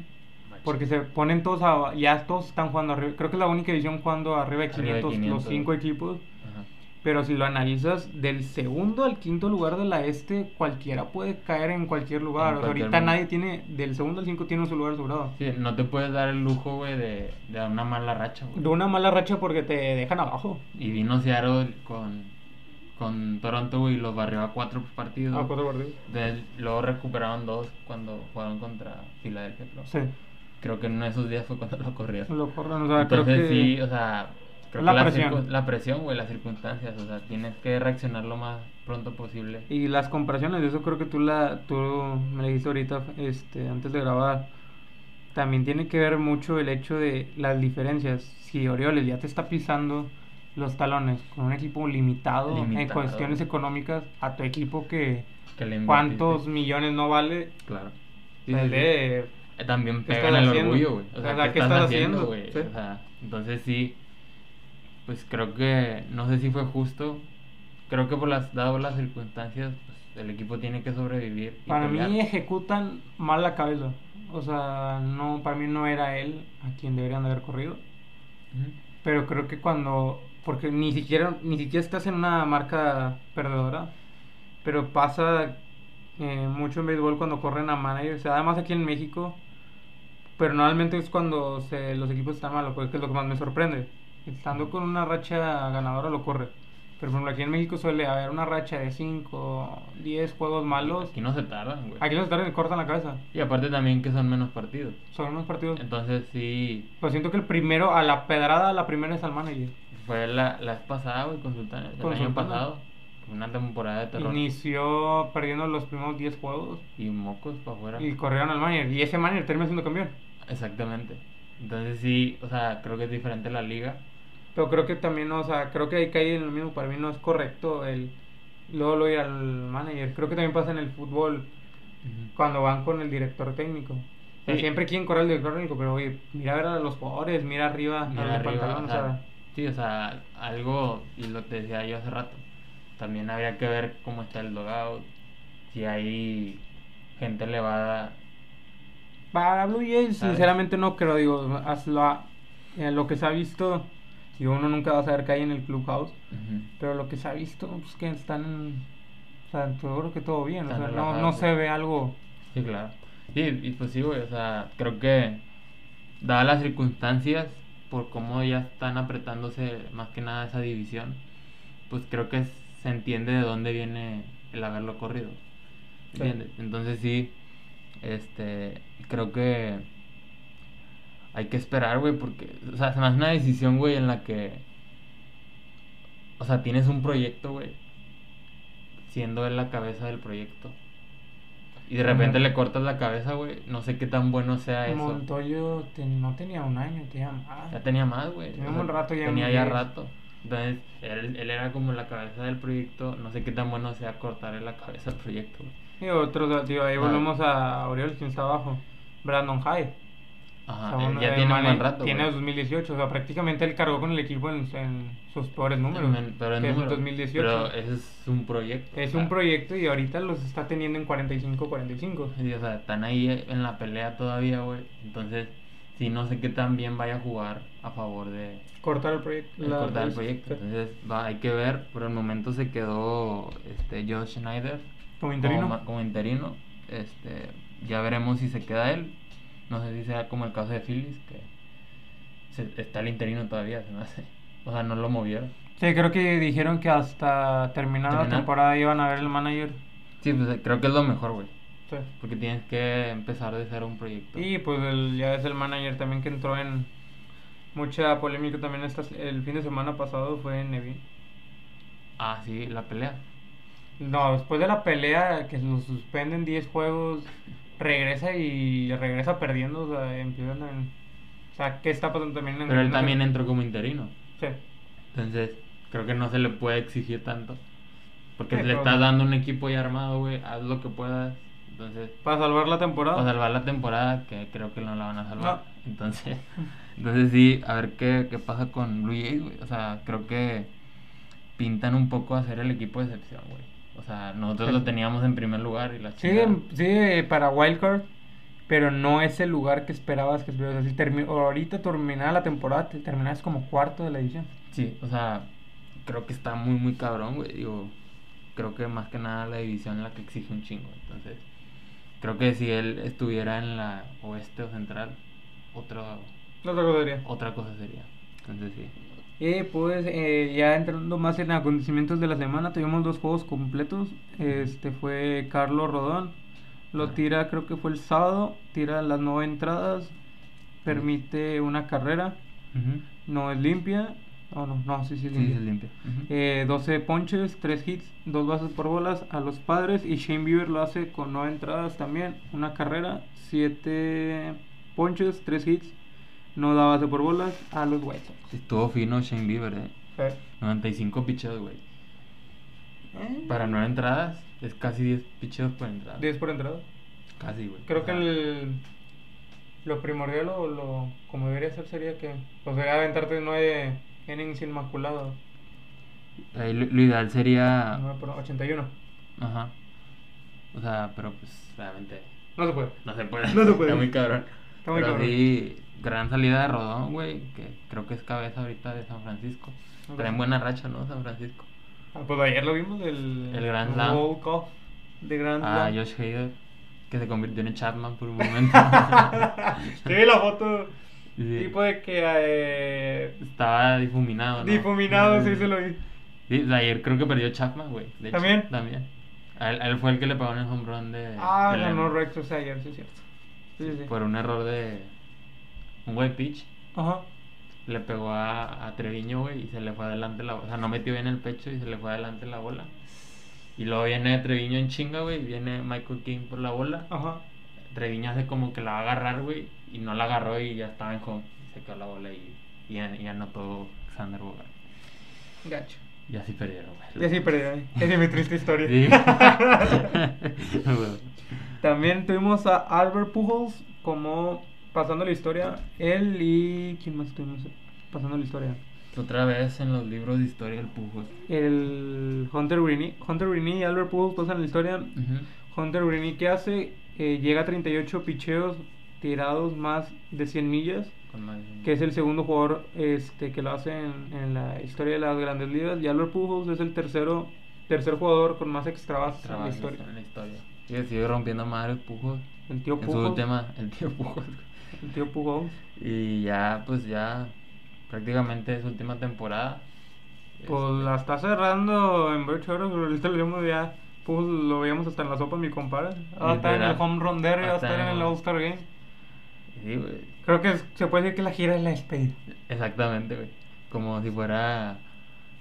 [SPEAKER 2] Macho.
[SPEAKER 1] Porque se ponen todos a, ya todos están jugando arriba. Creo que es la única división jugando arriba de
[SPEAKER 2] Arriba de
[SPEAKER 1] 500, los
[SPEAKER 2] 500.
[SPEAKER 1] cinco equipos.
[SPEAKER 2] Ajá.
[SPEAKER 1] Pero si lo analizas, del segundo al quinto lugar de la este, cualquiera puede caer en cualquier
[SPEAKER 2] En
[SPEAKER 1] lugar. o sea,
[SPEAKER 2] cualquier
[SPEAKER 1] ahorita
[SPEAKER 2] momento.
[SPEAKER 1] nadie tiene, del segundo al cinco tiene su lugar asegurado.
[SPEAKER 2] Sí, no te puedes dar el lujo, güey, de, de dar una mala racha, güey.
[SPEAKER 1] De una mala racha porque te dejan abajo.
[SPEAKER 2] Y vino Seattle con, con Toronto, güey, y los barrió a cuatro partidos.
[SPEAKER 1] A cuatro partidos.
[SPEAKER 2] Entonces, luego recuperaron dos cuando jugaron contra Filadelfia. creo.
[SPEAKER 1] Sí,
[SPEAKER 2] Creo que en uno de esos días fue cuando lo corrieron.
[SPEAKER 1] lo corren. O sea,
[SPEAKER 2] Entonces,
[SPEAKER 1] creo que.
[SPEAKER 2] sí, o sea, creo
[SPEAKER 1] La
[SPEAKER 2] que la
[SPEAKER 1] presión.
[SPEAKER 2] circun- la presión, güey, las circunstancias. O sea, tienes que reaccionar lo más pronto posible.
[SPEAKER 1] Y las comparaciones, eso creo que tú la tú me la dijiste ahorita este, antes de grabar. También tiene que ver mucho el hecho de las diferencias. Si Orioles ya te está pisando los talones con un equipo limitado, en
[SPEAKER 2] Limitado.
[SPEAKER 1] cuestiones económicas a tu equipo que
[SPEAKER 2] Que le invertiste.
[SPEAKER 1] cuántos millones no vale, pues,
[SPEAKER 2] Claro.
[SPEAKER 1] o sea, de-
[SPEAKER 2] Eh, También
[SPEAKER 1] ¿Qué
[SPEAKER 2] pegan
[SPEAKER 1] estás
[SPEAKER 2] el
[SPEAKER 1] haciendo?
[SPEAKER 2] orgullo, güey. O sea, ¿qué, estás, haciendo, güey?
[SPEAKER 1] Sí.
[SPEAKER 2] O sea, entonces sí, pues creo que, no sé si fue justo. Creo que por las, dado las circunstancias, pues, el equipo tiene que sobrevivir. y
[SPEAKER 1] para mí
[SPEAKER 2] pelear.
[SPEAKER 1] ejecutan mal la cabeza. O sea, no para mí no era él a quien deberían de haber corrido.
[SPEAKER 2] Ujú.
[SPEAKER 1] Pero creo que cuando. Porque ni siquiera, ni siquiera estás en una marca perdedora. Pero pasa eh, mucho en béisbol cuando corren a managers. Además aquí en México. Pero normalmente es cuando se- los equipos están malos. Porque es lo que más me sorprende. Estando con una racha ganadora lo corre. Pero por ejemplo aquí en México suele haber una racha de 5, 10 juegos malos.
[SPEAKER 2] Aquí no se tardan, güey.
[SPEAKER 1] Aquí los están cortan la cabeza.
[SPEAKER 2] Y aparte también que son menos partidos.
[SPEAKER 1] Son unos partidos.
[SPEAKER 2] Entonces sí,
[SPEAKER 1] Pero siento que el primero, a la pedrada, la primera es al manager.
[SPEAKER 2] fue la, la vez pasada, güey, con Sultanes. El
[SPEAKER 1] Con
[SPEAKER 2] año
[SPEAKER 1] Sultanes.
[SPEAKER 2] pasado, una temporada de terror.
[SPEAKER 1] Inició perdiendo los primeros 10 juegos.
[SPEAKER 2] Y mocos para afuera.
[SPEAKER 1] Y corrieron al manager. Y ese manager termina siendo campeón.
[SPEAKER 2] Exactamente. Entonces sí, o sea, creo que es diferente la liga.
[SPEAKER 1] Pero creo que también, o sea, creo que ahí cae en lo mismo. Para mí no es correcto el luego lo ir al manager. Creo que también pasa en el fútbol cuando van con el director técnico. O sea,
[SPEAKER 2] Sí.
[SPEAKER 1] Siempre quieren correr al director técnico, pero oye, mira a ver a los jugadores, mira arriba,
[SPEAKER 2] Mira
[SPEAKER 1] a los del
[SPEAKER 2] arriba,
[SPEAKER 1] pantalón,
[SPEAKER 2] ah, o sea, sí, o sea, algo, y lo que decía yo hace rato, también habría que ver cómo está el logout, si hay gente elevada.
[SPEAKER 1] Para Blue Jays,
[SPEAKER 2] ¿Sabes?
[SPEAKER 1] sinceramente no creo, digo, hazlo a- eh, lo que se ha visto, y uno nunca va a saber qué hay en el clubhouse, Pero lo que se ha visto, pues que están. O sea, todo creo que todo bien.
[SPEAKER 2] Están
[SPEAKER 1] o sea, no,
[SPEAKER 2] relajados,
[SPEAKER 1] no
[SPEAKER 2] sí.
[SPEAKER 1] se ve algo.
[SPEAKER 2] Sí, claro. Sí, y pues sí, güey, o sea, creo que, dadas las circunstancias, por cómo ya están apretándose más que nada esa división, pues creo que se entiende de dónde viene el haberlo corrido.
[SPEAKER 1] Sí.
[SPEAKER 2] ¿Entiendes? Entonces sí, este, creo que hay que esperar, güey, porque, o sea, se me hace una decisión, güey, en la que, o sea, tienes un proyecto, güey, siendo él la cabeza del proyecto. Y de
[SPEAKER 1] Ajá.
[SPEAKER 2] repente le cortas la cabeza, güey. No sé qué tan bueno sea Ah, eso. Ah.
[SPEAKER 1] Montoyo te- no tenía un año, tenía más.
[SPEAKER 2] Ya tenía más, güey.
[SPEAKER 1] Tenía un rato ya en
[SPEAKER 2] Tenía ya
[SPEAKER 1] inglés.
[SPEAKER 2] rato. Entonces, él, él era como la cabeza del proyecto. No sé qué tan bueno sea cortarle la cabeza al proyecto, güey.
[SPEAKER 1] Y otro, o sea, tío, ahí
[SPEAKER 2] Ah.
[SPEAKER 1] volvemos a Orioles, quien está abajo. Brandon Hyde.
[SPEAKER 2] Ajá,
[SPEAKER 1] O sea,
[SPEAKER 2] él
[SPEAKER 1] uno
[SPEAKER 2] Ah, ya
[SPEAKER 1] de
[SPEAKER 2] tiene un
[SPEAKER 1] Mane-
[SPEAKER 2] buen rato.
[SPEAKER 1] Tiene
[SPEAKER 2] güey.
[SPEAKER 1] 2018. O sea, prácticamente él cargó con el equipo en, en sus peores números.
[SPEAKER 2] Men- pero en
[SPEAKER 1] que es
[SPEAKER 2] número.
[SPEAKER 1] 2018.
[SPEAKER 2] Pero eh, ah. ese es un proyecto.
[SPEAKER 1] es
[SPEAKER 2] o
[SPEAKER 1] un
[SPEAKER 2] sea,
[SPEAKER 1] proyecto y ahorita los está teniendo en 45-45.
[SPEAKER 2] y, O sea, están ahí eh, en la pelea todavía, güey. Entonces, sí, no sé qué tan bien vaya a jugar a favor de,
[SPEAKER 1] Cortar el proyecto.
[SPEAKER 2] el
[SPEAKER 1] la-
[SPEAKER 2] Eh. cortar el proyecto. Entonces, va, hay que ver. Por el momento se quedó este, Josh Schneider
[SPEAKER 1] Como interino.
[SPEAKER 2] ma- como interino. Este, ya veremos si se queda él. No sé si sea como el caso de Phillies, que se- está el interino todavía, se me hace. O sea, no lo movieron.
[SPEAKER 1] Sí, creo que dijeron que hasta terminar la
[SPEAKER 2] Terminar.
[SPEAKER 1] temporada iban a ver el manager.
[SPEAKER 2] Sí, pues creo que es lo mejor, güey.
[SPEAKER 1] Sí.
[SPEAKER 2] Porque tienes que empezar de cero un proyecto.
[SPEAKER 1] Y pues el- ya es el manager también que entró en mucha polémica también esta, el fin de semana pasado fue en Nevin.
[SPEAKER 2] Ah, sí, la pelea.
[SPEAKER 1] No, después de la pelea que lo suspenden 10 juegos, regresa y regresa perdiendo, o sea, empiezan en- O sea, ¿qué está pasando también en
[SPEAKER 2] Pero él
[SPEAKER 1] no sé.
[SPEAKER 2] también entró como interino.
[SPEAKER 1] Sí.
[SPEAKER 2] Entonces, creo que no se le puede exigir tanto. Porque
[SPEAKER 1] Sí,
[SPEAKER 2] le
[SPEAKER 1] pero-
[SPEAKER 2] estás dando un equipo ya armado, güey. Haz lo que puedas. Entonces,
[SPEAKER 1] Para salvar la temporada.
[SPEAKER 2] para salvar la temporada, que creo que no la van a salvar.
[SPEAKER 1] No.
[SPEAKER 2] Entonces, entonces sí, a ver qué, qué pasa con Blue Jays, güey. O sea, creo que pintan un poco a ser el equipo de excepción, güey. O sea, nosotros
[SPEAKER 1] Sí.
[SPEAKER 2] lo teníamos en primer lugar y la
[SPEAKER 1] Sigue,
[SPEAKER 2] chingada.
[SPEAKER 1] sigue para Wildcard, pero no es el lugar que esperabas que estuvieras. Así termi- ahorita terminada la temporada, te terminas como cuarto de la edición.
[SPEAKER 2] Sí, o sea, creo que está muy, muy cabrón, güey. Digo, creo que más que nada la división es la que exige un chingo. Entonces, creo que si él estuviera en la oeste o central, otra,
[SPEAKER 1] No te acordaría.
[SPEAKER 2] otra cosa sería. Entonces, sí.
[SPEAKER 1] Eh, pues eh, ya entrando más en acontecimientos de la semana, tuvimos dos juegos completos. Este fue Carlos Rodón. Lo
[SPEAKER 2] Ajá.
[SPEAKER 1] tira, creo que fue el sábado. Tira las nueve entradas. Permite una carrera. No es limpia. Oh, no, no, sí, sí es
[SPEAKER 2] Sí,
[SPEAKER 1] limpia.
[SPEAKER 2] se limpia. Ujú.
[SPEAKER 1] Eh, 12 ponches, 3 hits, 2 bases por bolas a los padres. Y Shane Bieber lo hace con 9 entradas también. Una carrera, 7 ponches, 3 hits. No da base por bolas a los White Sox.
[SPEAKER 2] Estuvo fino Shane Bieber, eh. 95 picheos, güey.
[SPEAKER 1] Eh,
[SPEAKER 2] Para nueve entradas, es casi 10 picheos por entrada.
[SPEAKER 1] 10 por entrada.
[SPEAKER 2] Casi, güey.
[SPEAKER 1] Creo
[SPEAKER 2] O
[SPEAKER 1] que
[SPEAKER 2] sea,
[SPEAKER 1] el- lo primordial o lo, como debería ser sería que pues debería aventarte 9 innings inmaculado.
[SPEAKER 2] ahí lo, lo ideal sería.
[SPEAKER 1] nueve por 81.
[SPEAKER 2] Ajá. O sea, pero pues, realmente.
[SPEAKER 1] No se puede.
[SPEAKER 2] No se puede.
[SPEAKER 1] No se puede.
[SPEAKER 2] Está muy cabrón.
[SPEAKER 1] Está muy
[SPEAKER 2] Pero
[SPEAKER 1] cabrón.
[SPEAKER 2] sí, gran salida de Rodón, güey. Que creo que es cabeza ahorita de San Francisco.
[SPEAKER 1] Ok.
[SPEAKER 2] Traen buena racha, ¿no? San Francisco.
[SPEAKER 1] Ah, pues ayer lo vimos, el,
[SPEAKER 2] El Grand Slam.
[SPEAKER 1] walk off de Grand
[SPEAKER 2] Ah,
[SPEAKER 1] Slam.
[SPEAKER 2] Josh Hader. Que se convirtió en Chapman por un momento.
[SPEAKER 1] sí, vi la foto
[SPEAKER 2] Sí.
[SPEAKER 1] tipo de que eh,
[SPEAKER 2] Estaba difuminado, ¿no? Mm.
[SPEAKER 1] difuminado, sí, se lo vi.
[SPEAKER 2] Sí, de ayer creo que perdió Chapman, güey. de hecho.
[SPEAKER 1] ¿También?
[SPEAKER 2] también. A él, a él fue el que le pagaron el home run de.
[SPEAKER 1] Ah,
[SPEAKER 2] de
[SPEAKER 1] ganó
[SPEAKER 2] Lemon.
[SPEAKER 1] Rex Sosa ayer, sí es cierto. Sí, sí.
[SPEAKER 2] Eh. Por un error de. Un white pitch.
[SPEAKER 1] Ajá.
[SPEAKER 2] Le pegó a, a Treviño, güey, y se le fue adelante la bola. O sea, no metió bien el pecho y se le fue adelante la bola. Y luego viene Treviño en chinga, güey. Viene Michael King por la bola.
[SPEAKER 1] Ajá.
[SPEAKER 2] Treviño hace como que la va a agarrar, güey. Y no la agarró y ya estaba en home. Y se quedó la bola y, y, an- y anotó Xander Bogart.
[SPEAKER 1] Gacho.
[SPEAKER 2] Y así perdieron,
[SPEAKER 1] Y
[SPEAKER 2] güey.
[SPEAKER 1] así perdí. Esa es mi triste historia.
[SPEAKER 2] Sí. Güey.
[SPEAKER 1] También tuvimos a Albert Pujols como pasando la historia. Él y. ¿Quién más tuvimos pasando la historia?
[SPEAKER 2] Otra vez en los libros de historia del pujo.
[SPEAKER 1] El Hunter Greeny. Hunter Greeny y Albert Pujols pasan la historia. Hunter Greeny, ¿qué hace? Eh, llega a 38 picheos tirados más de 100 millas.
[SPEAKER 2] Con más-
[SPEAKER 1] que es el segundo jugador este, que lo hace en, en la historia de las grandes ligas. Y Albert Pujols es el tercero, tercer jugador con más extra bases en la
[SPEAKER 2] trabajo
[SPEAKER 1] historia.
[SPEAKER 2] en la historia. Y sigue rompiendo madres pujos.
[SPEAKER 1] El tío
[SPEAKER 2] En su
[SPEAKER 1] Pujols.
[SPEAKER 2] tema, el tío Pujos.
[SPEAKER 1] El tío Pujols.
[SPEAKER 2] Y ya, pues ya, prácticamente es su última temporada. Este.
[SPEAKER 1] Pues la está cerrando en Birch Oro, pero ahorita lo vemos ya. Pujols lo veíamos hasta en la sopa, mi compadre. Va a estar en el
[SPEAKER 2] Literal.
[SPEAKER 1] home run derby, va a
[SPEAKER 2] Hasta
[SPEAKER 1] estar en
[SPEAKER 2] en-
[SPEAKER 1] el All-Star Game.
[SPEAKER 2] Sí, güey.
[SPEAKER 1] Creo que es- se puede decir que la gira es la despedida.
[SPEAKER 2] Exactamente, güey. Como si fuera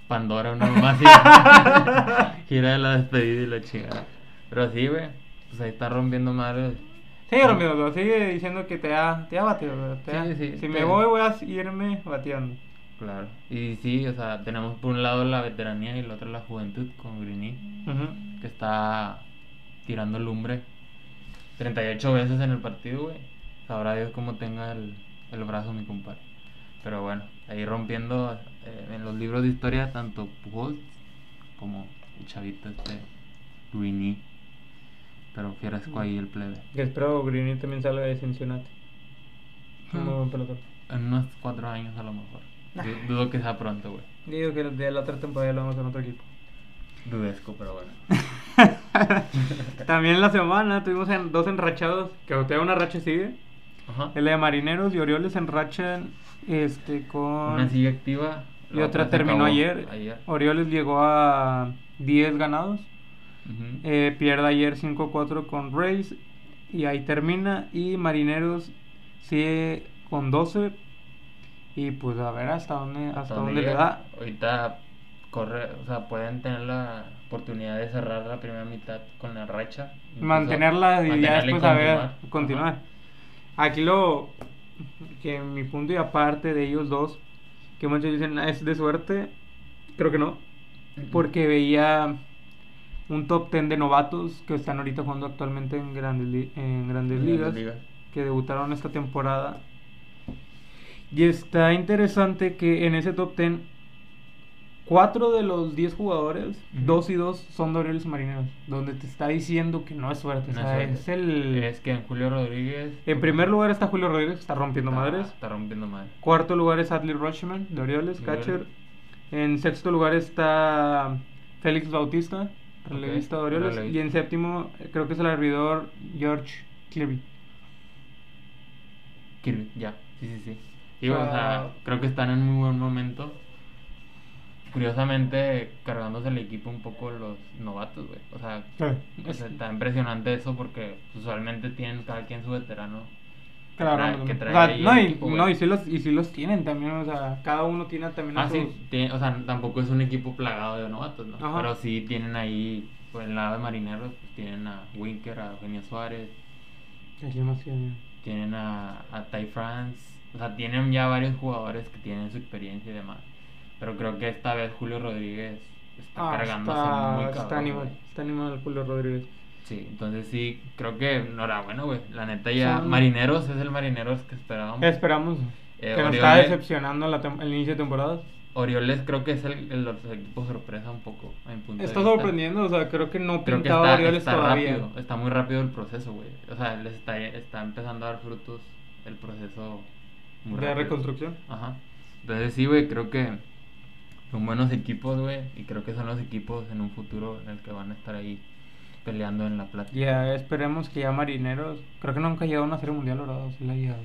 [SPEAKER 2] Pandora, una mamá así. Gira de la despedida y la chingada. Pero sí, güey. Pues ahí está rompiendo madres.
[SPEAKER 1] Sigue rompiendo, sigue diciendo que te ha, te ha batido. ¿verdad? Te ha-
[SPEAKER 2] Sí, sí,
[SPEAKER 1] si
[SPEAKER 2] te-
[SPEAKER 1] me voy, voy a irme bateando.
[SPEAKER 2] Claro. Y sí, o sea, tenemos por un lado la veteranía y el otro la juventud con Greeny,
[SPEAKER 1] Ujú.
[SPEAKER 2] que está tirando lumbre 38 veces en el partido, güey. Sabrá Dios cómo tenga el, el brazo mi compadre. Pero bueno, ahí rompiendo eh, en los libros de historia tanto Pujols como el chavito este Greeny. Pero fierasco ahí el plebe.
[SPEAKER 1] Que espero Green también salga de Cincinnati. Un muy
[SPEAKER 2] Mm.
[SPEAKER 1] buen pelotón.
[SPEAKER 2] En unos cuatro años a lo mejor. Du- Dudo que sea pronto, güey.
[SPEAKER 1] Digo que de la otra temporada lo vamos a otro equipo.
[SPEAKER 2] Dudesco, pero bueno.
[SPEAKER 1] También la semana tuvimos en- dos enrachados, que todavía una racha sigue.
[SPEAKER 2] Ajá.
[SPEAKER 1] El de Marineros y Orioles enrachan este, con...
[SPEAKER 2] Una sigue activa.
[SPEAKER 1] y
[SPEAKER 2] la
[SPEAKER 1] otra
[SPEAKER 2] se
[SPEAKER 1] terminó
[SPEAKER 2] acabó
[SPEAKER 1] ayer.
[SPEAKER 2] ayer.
[SPEAKER 1] Orioles llegó a 10 ganados.
[SPEAKER 2] Ujú.
[SPEAKER 1] Eh, pierde ayer 5-4 con Rays y ahí termina. Y Marineros sigue con 12. Y pues a ver hasta dónde, hasta dónde le
[SPEAKER 2] llega?
[SPEAKER 1] da.
[SPEAKER 2] Ahorita corre, o sea, pueden tener la oportunidad de cerrar la primera mitad con la racha. incluso
[SPEAKER 1] mantenerla y ya
[SPEAKER 2] mantenerla
[SPEAKER 1] después a ver
[SPEAKER 2] Ajá.
[SPEAKER 1] continuar. Aquí lo que mi punto y aparte de ellos dos, que muchos dicen "Ah, es de suerte, creo que no,
[SPEAKER 2] Ujú.
[SPEAKER 1] porque veía un top 10 de novatos que están ahorita jugando actualmente en grandes, li- en grandes
[SPEAKER 2] Grandes
[SPEAKER 1] ligas,
[SPEAKER 2] ligas.
[SPEAKER 1] que debutaron esta temporada. Y está interesante que en ese top 10, 4 de los 10 jugadores,
[SPEAKER 2] Ujú.
[SPEAKER 1] 2 y 2 son de Orioles Marineros, donde te está diciendo que no es suerte. o
[SPEAKER 2] No
[SPEAKER 1] sea,
[SPEAKER 2] es
[SPEAKER 1] es
[SPEAKER 2] suerte.
[SPEAKER 1] el...
[SPEAKER 2] Es que en Julio Rodríguez.
[SPEAKER 1] En primer lugar está Julio Rodríguez, que está rompiendo
[SPEAKER 2] está,
[SPEAKER 1] madres.
[SPEAKER 2] Está rompiendo madres.
[SPEAKER 1] Cuarto lugar es Adley Rushman, de Orioles,
[SPEAKER 2] De
[SPEAKER 1] catcher.
[SPEAKER 2] Orioles.
[SPEAKER 1] En sexto lugar está Félix Bautista,
[SPEAKER 2] Ok,
[SPEAKER 1] relevista de
[SPEAKER 2] no lo
[SPEAKER 1] Orioles.
[SPEAKER 2] he
[SPEAKER 1] Y en
[SPEAKER 2] visto.
[SPEAKER 1] séptimo, eh, creo que es el hervidor George Kirby.
[SPEAKER 2] Kirby, ya, sí, sí, sí. Digo, o
[SPEAKER 1] sea,
[SPEAKER 2] sea, creo que están en muy buen momento. Curiosamente, cargándose el equipo un poco los novatos, güey. O sea, o sea, está impresionante eso porque pues, usualmente tienen cada quien su veterano.
[SPEAKER 1] Claro,
[SPEAKER 2] que
[SPEAKER 1] no,
[SPEAKER 2] trae
[SPEAKER 1] o sea,
[SPEAKER 2] ahí
[SPEAKER 1] no,
[SPEAKER 2] el
[SPEAKER 1] y,
[SPEAKER 2] equipo, güey.
[SPEAKER 1] no, y sí los, y sí los tienen también, o sea, cada uno tiene también a
[SPEAKER 2] Ah,
[SPEAKER 1] sus-
[SPEAKER 2] sí, tiene- o sea, tampoco es un equipo plagado de novatos, ¿no?
[SPEAKER 1] Ajá.
[SPEAKER 2] Pero sí tienen ahí, por el lado de marineros, pues tienen a Winker, a Eugenio Suárez,
[SPEAKER 1] Ay, yo no sé, güey.
[SPEAKER 2] tienen a, a Ty France, o sea, tienen ya varios jugadores que tienen su experiencia y demás. Pero creo que esta vez Julio Rodríguez está
[SPEAKER 1] Ah,
[SPEAKER 2] cargándose muy
[SPEAKER 1] está,
[SPEAKER 2] cabrón.
[SPEAKER 1] está animal,
[SPEAKER 2] güey.
[SPEAKER 1] está animal Julio Rodríguez.
[SPEAKER 2] Sí, entonces sí, creo que enhorabuena, güey. La neta ya,
[SPEAKER 1] Son-
[SPEAKER 2] Marineros es el Marineros que esperábamos.
[SPEAKER 1] Esperamos
[SPEAKER 2] Eh,
[SPEAKER 1] que nos está
[SPEAKER 2] Orioles-
[SPEAKER 1] decepcionando la tem- el inicio de temporada.
[SPEAKER 2] Orioles creo que es el, el, los equipos sorpresa un poco, a mi punto de
[SPEAKER 1] Está
[SPEAKER 2] vista.
[SPEAKER 1] sorprendiendo, o sea, creo que no
[SPEAKER 2] Creo que
[SPEAKER 1] pintaba
[SPEAKER 2] está,
[SPEAKER 1] Orioles
[SPEAKER 2] está
[SPEAKER 1] todavía.
[SPEAKER 2] rápido, está muy rápido el proceso, güey. O sea, les está, está empezando a dar frutos el proceso muy
[SPEAKER 1] de
[SPEAKER 2] rápido.
[SPEAKER 1] reconstrucción.
[SPEAKER 2] Ajá. Entonces sí, güey, creo que son buenos equipos, güey. Y creo que son los equipos en un futuro en el que van a estar ahí peleando en la plata.
[SPEAKER 1] Ya, esperemos que ya Marineros. Creo que nunca ha llegado a una serie mundial dorada, sí la ha llegado.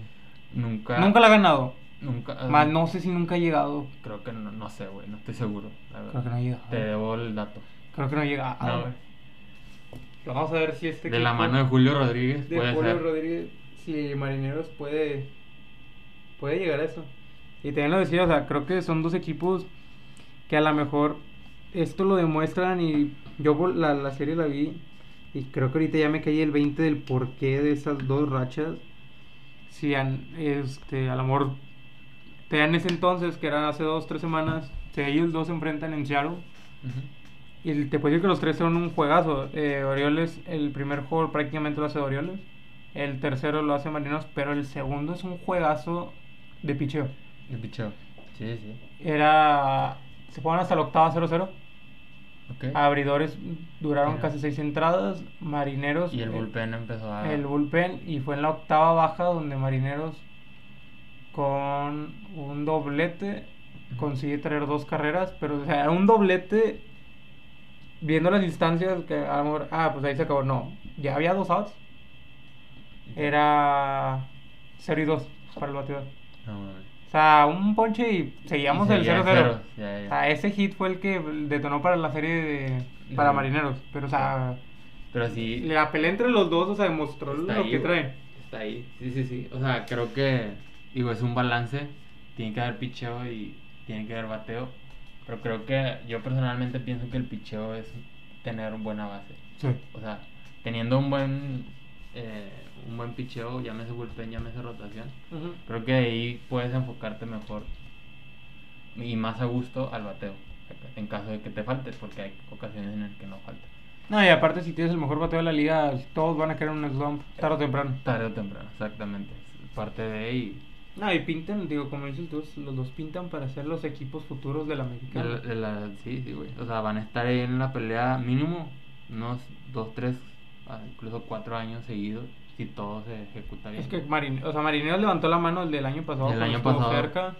[SPEAKER 2] Nunca.
[SPEAKER 1] Nunca la ha ganado.
[SPEAKER 2] Nunca.
[SPEAKER 1] Más no sé si nunca ha llegado.
[SPEAKER 2] Creo que no, no sé, güey. No estoy seguro. la verdad.
[SPEAKER 1] Creo que no ha llegado.
[SPEAKER 2] Te debo el dato.
[SPEAKER 1] Creo que no ha llegado.
[SPEAKER 2] No,
[SPEAKER 1] güey. Vamos a ver si este
[SPEAKER 2] de la
[SPEAKER 1] equipo
[SPEAKER 2] mano de Julio Rodríguez
[SPEAKER 1] de
[SPEAKER 2] puede
[SPEAKER 1] Julio
[SPEAKER 2] ser.
[SPEAKER 1] Rodríguez, si Marineros puede puede llegar a eso. Y también lo decía, o sea, creo que son dos equipos que a lo mejor esto lo demuestran y yo vol- la, la serie la vi y creo que ahorita ya me caí el 20 del porqué de esas dos rachas. Si han, este, a lo mejor te en ese entonces, que eran hace dos, tres semanas, si ellos dos se enfrentan en Seattle,
[SPEAKER 2] Ujú.
[SPEAKER 1] y te puedo decir que los tres son un juegazo. Eh, Orioles, el primer juego prácticamente lo hace Orioles. El tercero lo hace Marinos, pero el segundo es un juegazo de picheo.
[SPEAKER 2] El picheo. Sí, sí.
[SPEAKER 1] Era. Se fueron hasta la octava 0-0.
[SPEAKER 2] Ok.
[SPEAKER 1] Ah, Abridores duraron
[SPEAKER 2] Mira.
[SPEAKER 1] casi seis entradas. Marineros.
[SPEAKER 2] y el
[SPEAKER 1] eh,
[SPEAKER 2] bullpen empezó a.
[SPEAKER 1] el bullpen. Y fue en la octava baja donde Marineros, con un doblete,
[SPEAKER 2] Ujú.
[SPEAKER 1] consigue traer dos carreras. Pero, o sea, un doblete, viendo las distancias, que a lo mejor, ah, pues ahí se acabó. No, ya había dos outs. Era 0 y 2 para el bateador.
[SPEAKER 2] No, mames.
[SPEAKER 1] O sea, un ponche y seguíamos
[SPEAKER 2] Y
[SPEAKER 1] el
[SPEAKER 2] seguía
[SPEAKER 1] 0-0.
[SPEAKER 2] en ceros, ya, ya.
[SPEAKER 1] O sea, ese hit fue el que detonó para la serie de, para
[SPEAKER 2] Mm.
[SPEAKER 1] Marineros. Pero, o sea,
[SPEAKER 2] Pero sí.
[SPEAKER 1] la pelea entre los dos, o sea, demostró
[SPEAKER 2] Está
[SPEAKER 1] lo
[SPEAKER 2] ahí,
[SPEAKER 1] que
[SPEAKER 2] güey.
[SPEAKER 1] traen.
[SPEAKER 2] Está ahí, sí, sí, sí. O sea, creo que, digo, es un balance. Tiene que haber picheo y tiene que haber bateo. Pero creo que yo personalmente pienso que el picheo es tener una buena base.
[SPEAKER 1] Sí.
[SPEAKER 2] O sea, teniendo un buen, eh, un buen picheo, llámese bullpen, llámese rotación,
[SPEAKER 1] Ujú.
[SPEAKER 2] creo que ahí puedes enfocarte mejor y más a gusto al bateo. En caso de que te faltes, porque hay ocasiones en las que no falta.
[SPEAKER 1] No, y aparte, si tienes el mejor bateo de la liga, todos van a caer en un slump tarde o temprano.
[SPEAKER 2] Tarde o temprano, exactamente. Es parte de y
[SPEAKER 1] No, y pintan, digo, como dices tú, los dos pintan para ser los equipos futuros del
[SPEAKER 2] De
[SPEAKER 1] americano.
[SPEAKER 2] la- de la- sí, sí, güey. O sea, van a estar ahí en la pelea mínimo unos 2, 3, incluso 4 años seguidos si todo se ejecuta bien.
[SPEAKER 1] Es que Marin, o sea, Marineros levantó la mano el del año pasado,
[SPEAKER 2] El
[SPEAKER 1] cuando
[SPEAKER 2] año
[SPEAKER 1] estuvo
[SPEAKER 2] pasado.
[SPEAKER 1] cerca.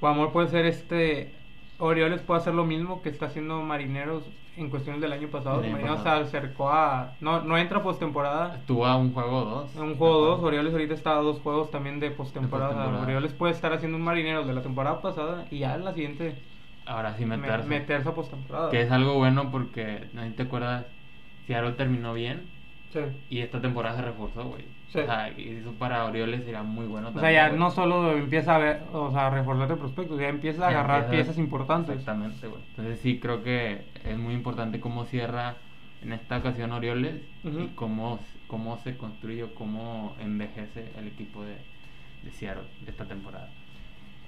[SPEAKER 1] O amor puede ser este. Orioles puede hacer lo mismo que está haciendo Marineros en cuestiones del año pasado.
[SPEAKER 2] Del año
[SPEAKER 1] Marineros
[SPEAKER 2] pasado.
[SPEAKER 1] se acercó a. No, no entra postemporada.
[SPEAKER 2] Estuvo a un juego o dos.
[SPEAKER 1] En un juego
[SPEAKER 2] ¿no?
[SPEAKER 1] 2, Orioles ahorita está a dos juegos también de postemporada. O sea,
[SPEAKER 2] postemporada.
[SPEAKER 1] Orioles puede estar haciendo un Marineros de la temporada pasada y ya en la siguiente
[SPEAKER 2] Ahora sí
[SPEAKER 1] me-
[SPEAKER 2] meterse.
[SPEAKER 1] meterse a postemporada.
[SPEAKER 2] Que es algo bueno porque, no sé si te acuerdas, Seattle terminó bien
[SPEAKER 1] Sí.
[SPEAKER 2] y esta temporada se reforzó, güey.
[SPEAKER 1] Sí.
[SPEAKER 2] O sea, y eso para Orioles sería muy bueno
[SPEAKER 1] O sea,
[SPEAKER 2] también.
[SPEAKER 1] ya
[SPEAKER 2] güey.
[SPEAKER 1] no solo empieza a ver, o sea, a reforzarte prospectos, ya empieza a
[SPEAKER 2] Ya
[SPEAKER 1] agarrar
[SPEAKER 2] empieza-
[SPEAKER 1] piezas importantes.
[SPEAKER 2] Exactamente, güey. Entonces sí creo que es muy importante cómo cierra en esta ocasión Orioles
[SPEAKER 1] Ujú.
[SPEAKER 2] y cómo, cómo se construye o cómo envejece el equipo de, de Seattle de esta temporada.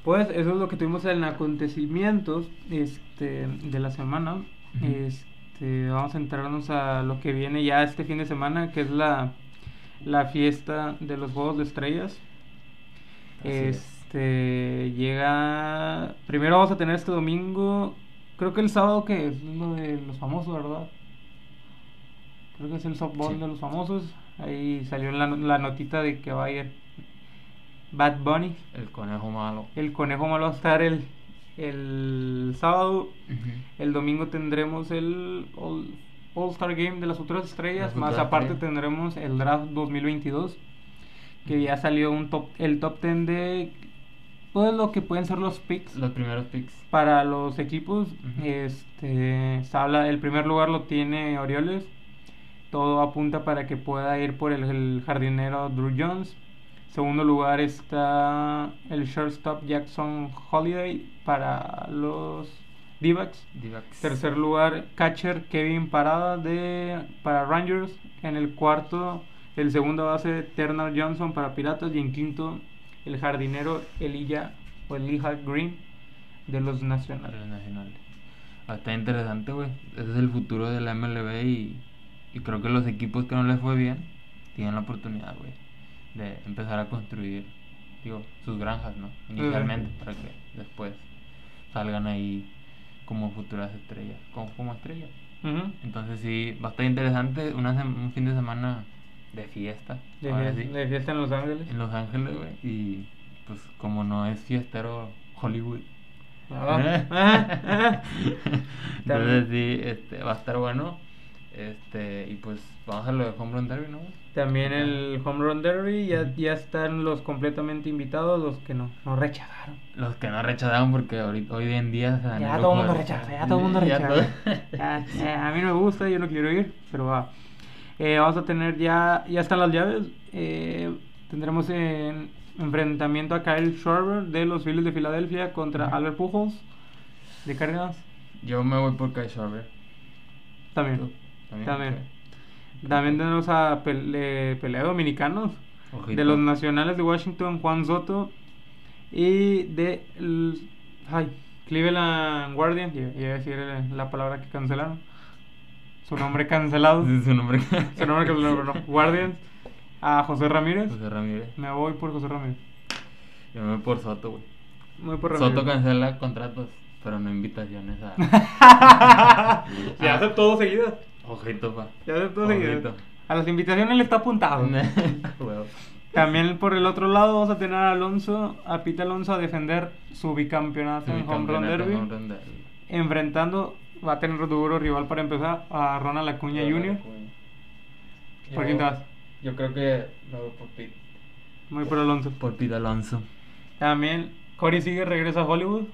[SPEAKER 1] Pues eso es lo que tuvimos en acontecimientos este, de la semana.
[SPEAKER 2] Ujú.
[SPEAKER 1] Este, vamos a entrarnos a lo que viene ya este fin de semana, que es la, la fiesta de los Juegos de Estrellas.
[SPEAKER 2] Así es.
[SPEAKER 1] este llega. Primero vamos a tener este domingo. Creo que el sábado que es lo de los famosos, ¿verdad? Creo que es el softball
[SPEAKER 2] Sí.
[SPEAKER 1] de los famosos. Ahí salió la, la notita de que va a ir Bad Bunny.
[SPEAKER 2] El conejo malo.
[SPEAKER 1] El conejo malo va a estar el, el sábado.
[SPEAKER 2] Ujú.
[SPEAKER 1] El domingo tendremos el All- All-Star Game de las otras estrellas.
[SPEAKER 2] Las
[SPEAKER 1] más
[SPEAKER 2] futuras
[SPEAKER 1] aparte
[SPEAKER 2] estrellas.
[SPEAKER 1] tendremos el Draft 2022. Que ya salió un top, el top 10 de todo lo que pueden ser los picks
[SPEAKER 2] Los primeros picks.
[SPEAKER 1] para los equipos.
[SPEAKER 2] Ujú.
[SPEAKER 1] Este, se habla, el primer lugar lo tiene Orioles. Todo apunta para que pueda ir por el, el jardinero Drew Jones. Segundo lugar está el shortstop Jackson Holiday para los d
[SPEAKER 2] Divax.
[SPEAKER 1] Tercer lugar, catcher Kevin Parada de, para Rangers. En el cuarto, el segundo base Turner Johnson para Piratas. Y en quinto, el jardinero Elijah o Elijah Green de los
[SPEAKER 2] Para
[SPEAKER 1] Nacionales.
[SPEAKER 2] los nacionales. Ah, Está interesante, güey. Ese es el futuro de la MLB y, y creo que los equipos que no les fue bien tienen la oportunidad, güey, de empezar a construir, digo, sus granjas, ¿no? Inicialmente, para que después salgan ahí como futuras estrellas, como, como estrellas.
[SPEAKER 1] Ujú.
[SPEAKER 2] Entonces sí, va a estar interesante una sem- un fin de semana de fiesta.
[SPEAKER 1] De,
[SPEAKER 2] ahora
[SPEAKER 1] fie-
[SPEAKER 2] sí,
[SPEAKER 1] de fiesta en Los Ángeles.
[SPEAKER 2] en Los Ángeles, güey. Y pues como no es fiestero Hollywood.
[SPEAKER 1] Ah, ah, ah.
[SPEAKER 2] ¿Eh? Entonces sí, este, va a estar bueno. Este, y pues vamos a lo de Home Run Derby, ¿no? güey?
[SPEAKER 1] También el Home Run Derby. Ya,
[SPEAKER 2] Ujú.
[SPEAKER 1] ya están los completamente invitados, los que no, no rechazaron.
[SPEAKER 2] Los que no rechazaron porque ahorita, hoy en día... o sea,
[SPEAKER 1] Ya
[SPEAKER 2] Ah, no
[SPEAKER 1] todo el
[SPEAKER 2] lo
[SPEAKER 1] mundo
[SPEAKER 2] puedes-
[SPEAKER 1] rechaza, ya todo el mundo
[SPEAKER 2] Ya
[SPEAKER 1] rechaza.
[SPEAKER 2] todo-
[SPEAKER 1] Ya, ya, a mí no me gusta, yo no quiero ir, pero va. Eh, vamos a tener ya, ya están las llaves. eh, tendremos en enfrentamiento a Kyle Schwarber de los Phillies de Filadelfia contra
[SPEAKER 2] Ujú.
[SPEAKER 1] Albert Pujols de Cardinals.
[SPEAKER 2] Yo me voy por Kai Schwarber.
[SPEAKER 1] También.
[SPEAKER 2] ¿Tú? También.
[SPEAKER 1] También.
[SPEAKER 2] ok.
[SPEAKER 1] También tenemos a pele, pelea dominicanos
[SPEAKER 2] Ojito.
[SPEAKER 1] de los nacionales de Washington, Juan Soto y de l- ay, Cleveland Guardian. Iba iba a decir eh, la palabra que cancelaron. Su nombre cancelado.
[SPEAKER 2] Sí, Su nombre.
[SPEAKER 1] Se nombre que lo no, Guardians a José Ramírez.
[SPEAKER 2] José Ramírez.
[SPEAKER 1] Me voy por José Ramírez.
[SPEAKER 2] Yo me voy por Soto, güey.
[SPEAKER 1] Me voy por Ramírez.
[SPEAKER 2] Soto cancela contratos, pero no invitaciones a...
[SPEAKER 1] Se
[SPEAKER 2] ah.
[SPEAKER 1] hace todo seguido.
[SPEAKER 2] Ojito, pa.
[SPEAKER 1] Se hace todo
[SPEAKER 2] Ojito.
[SPEAKER 1] seguido. A las invitaciones le está apuntado.
[SPEAKER 2] Huevo.
[SPEAKER 1] También por el otro lado vamos a tener a Alonso, a Pete Alonso a defender su bicampeonato en Home Run
[SPEAKER 2] Subcampeonato en Home
[SPEAKER 1] Derby.
[SPEAKER 2] Run Derby.
[SPEAKER 1] Enfrentando, va a tener duro rival para empezar, a Ronald Acuña Jr.
[SPEAKER 2] Yo-
[SPEAKER 1] ¿Por quién te vas?
[SPEAKER 2] Yo creo que me voy por Pete.
[SPEAKER 1] Muy por Alonso.
[SPEAKER 2] Por Pete Alonso.
[SPEAKER 1] También Corey sigue regresa a Hollywood,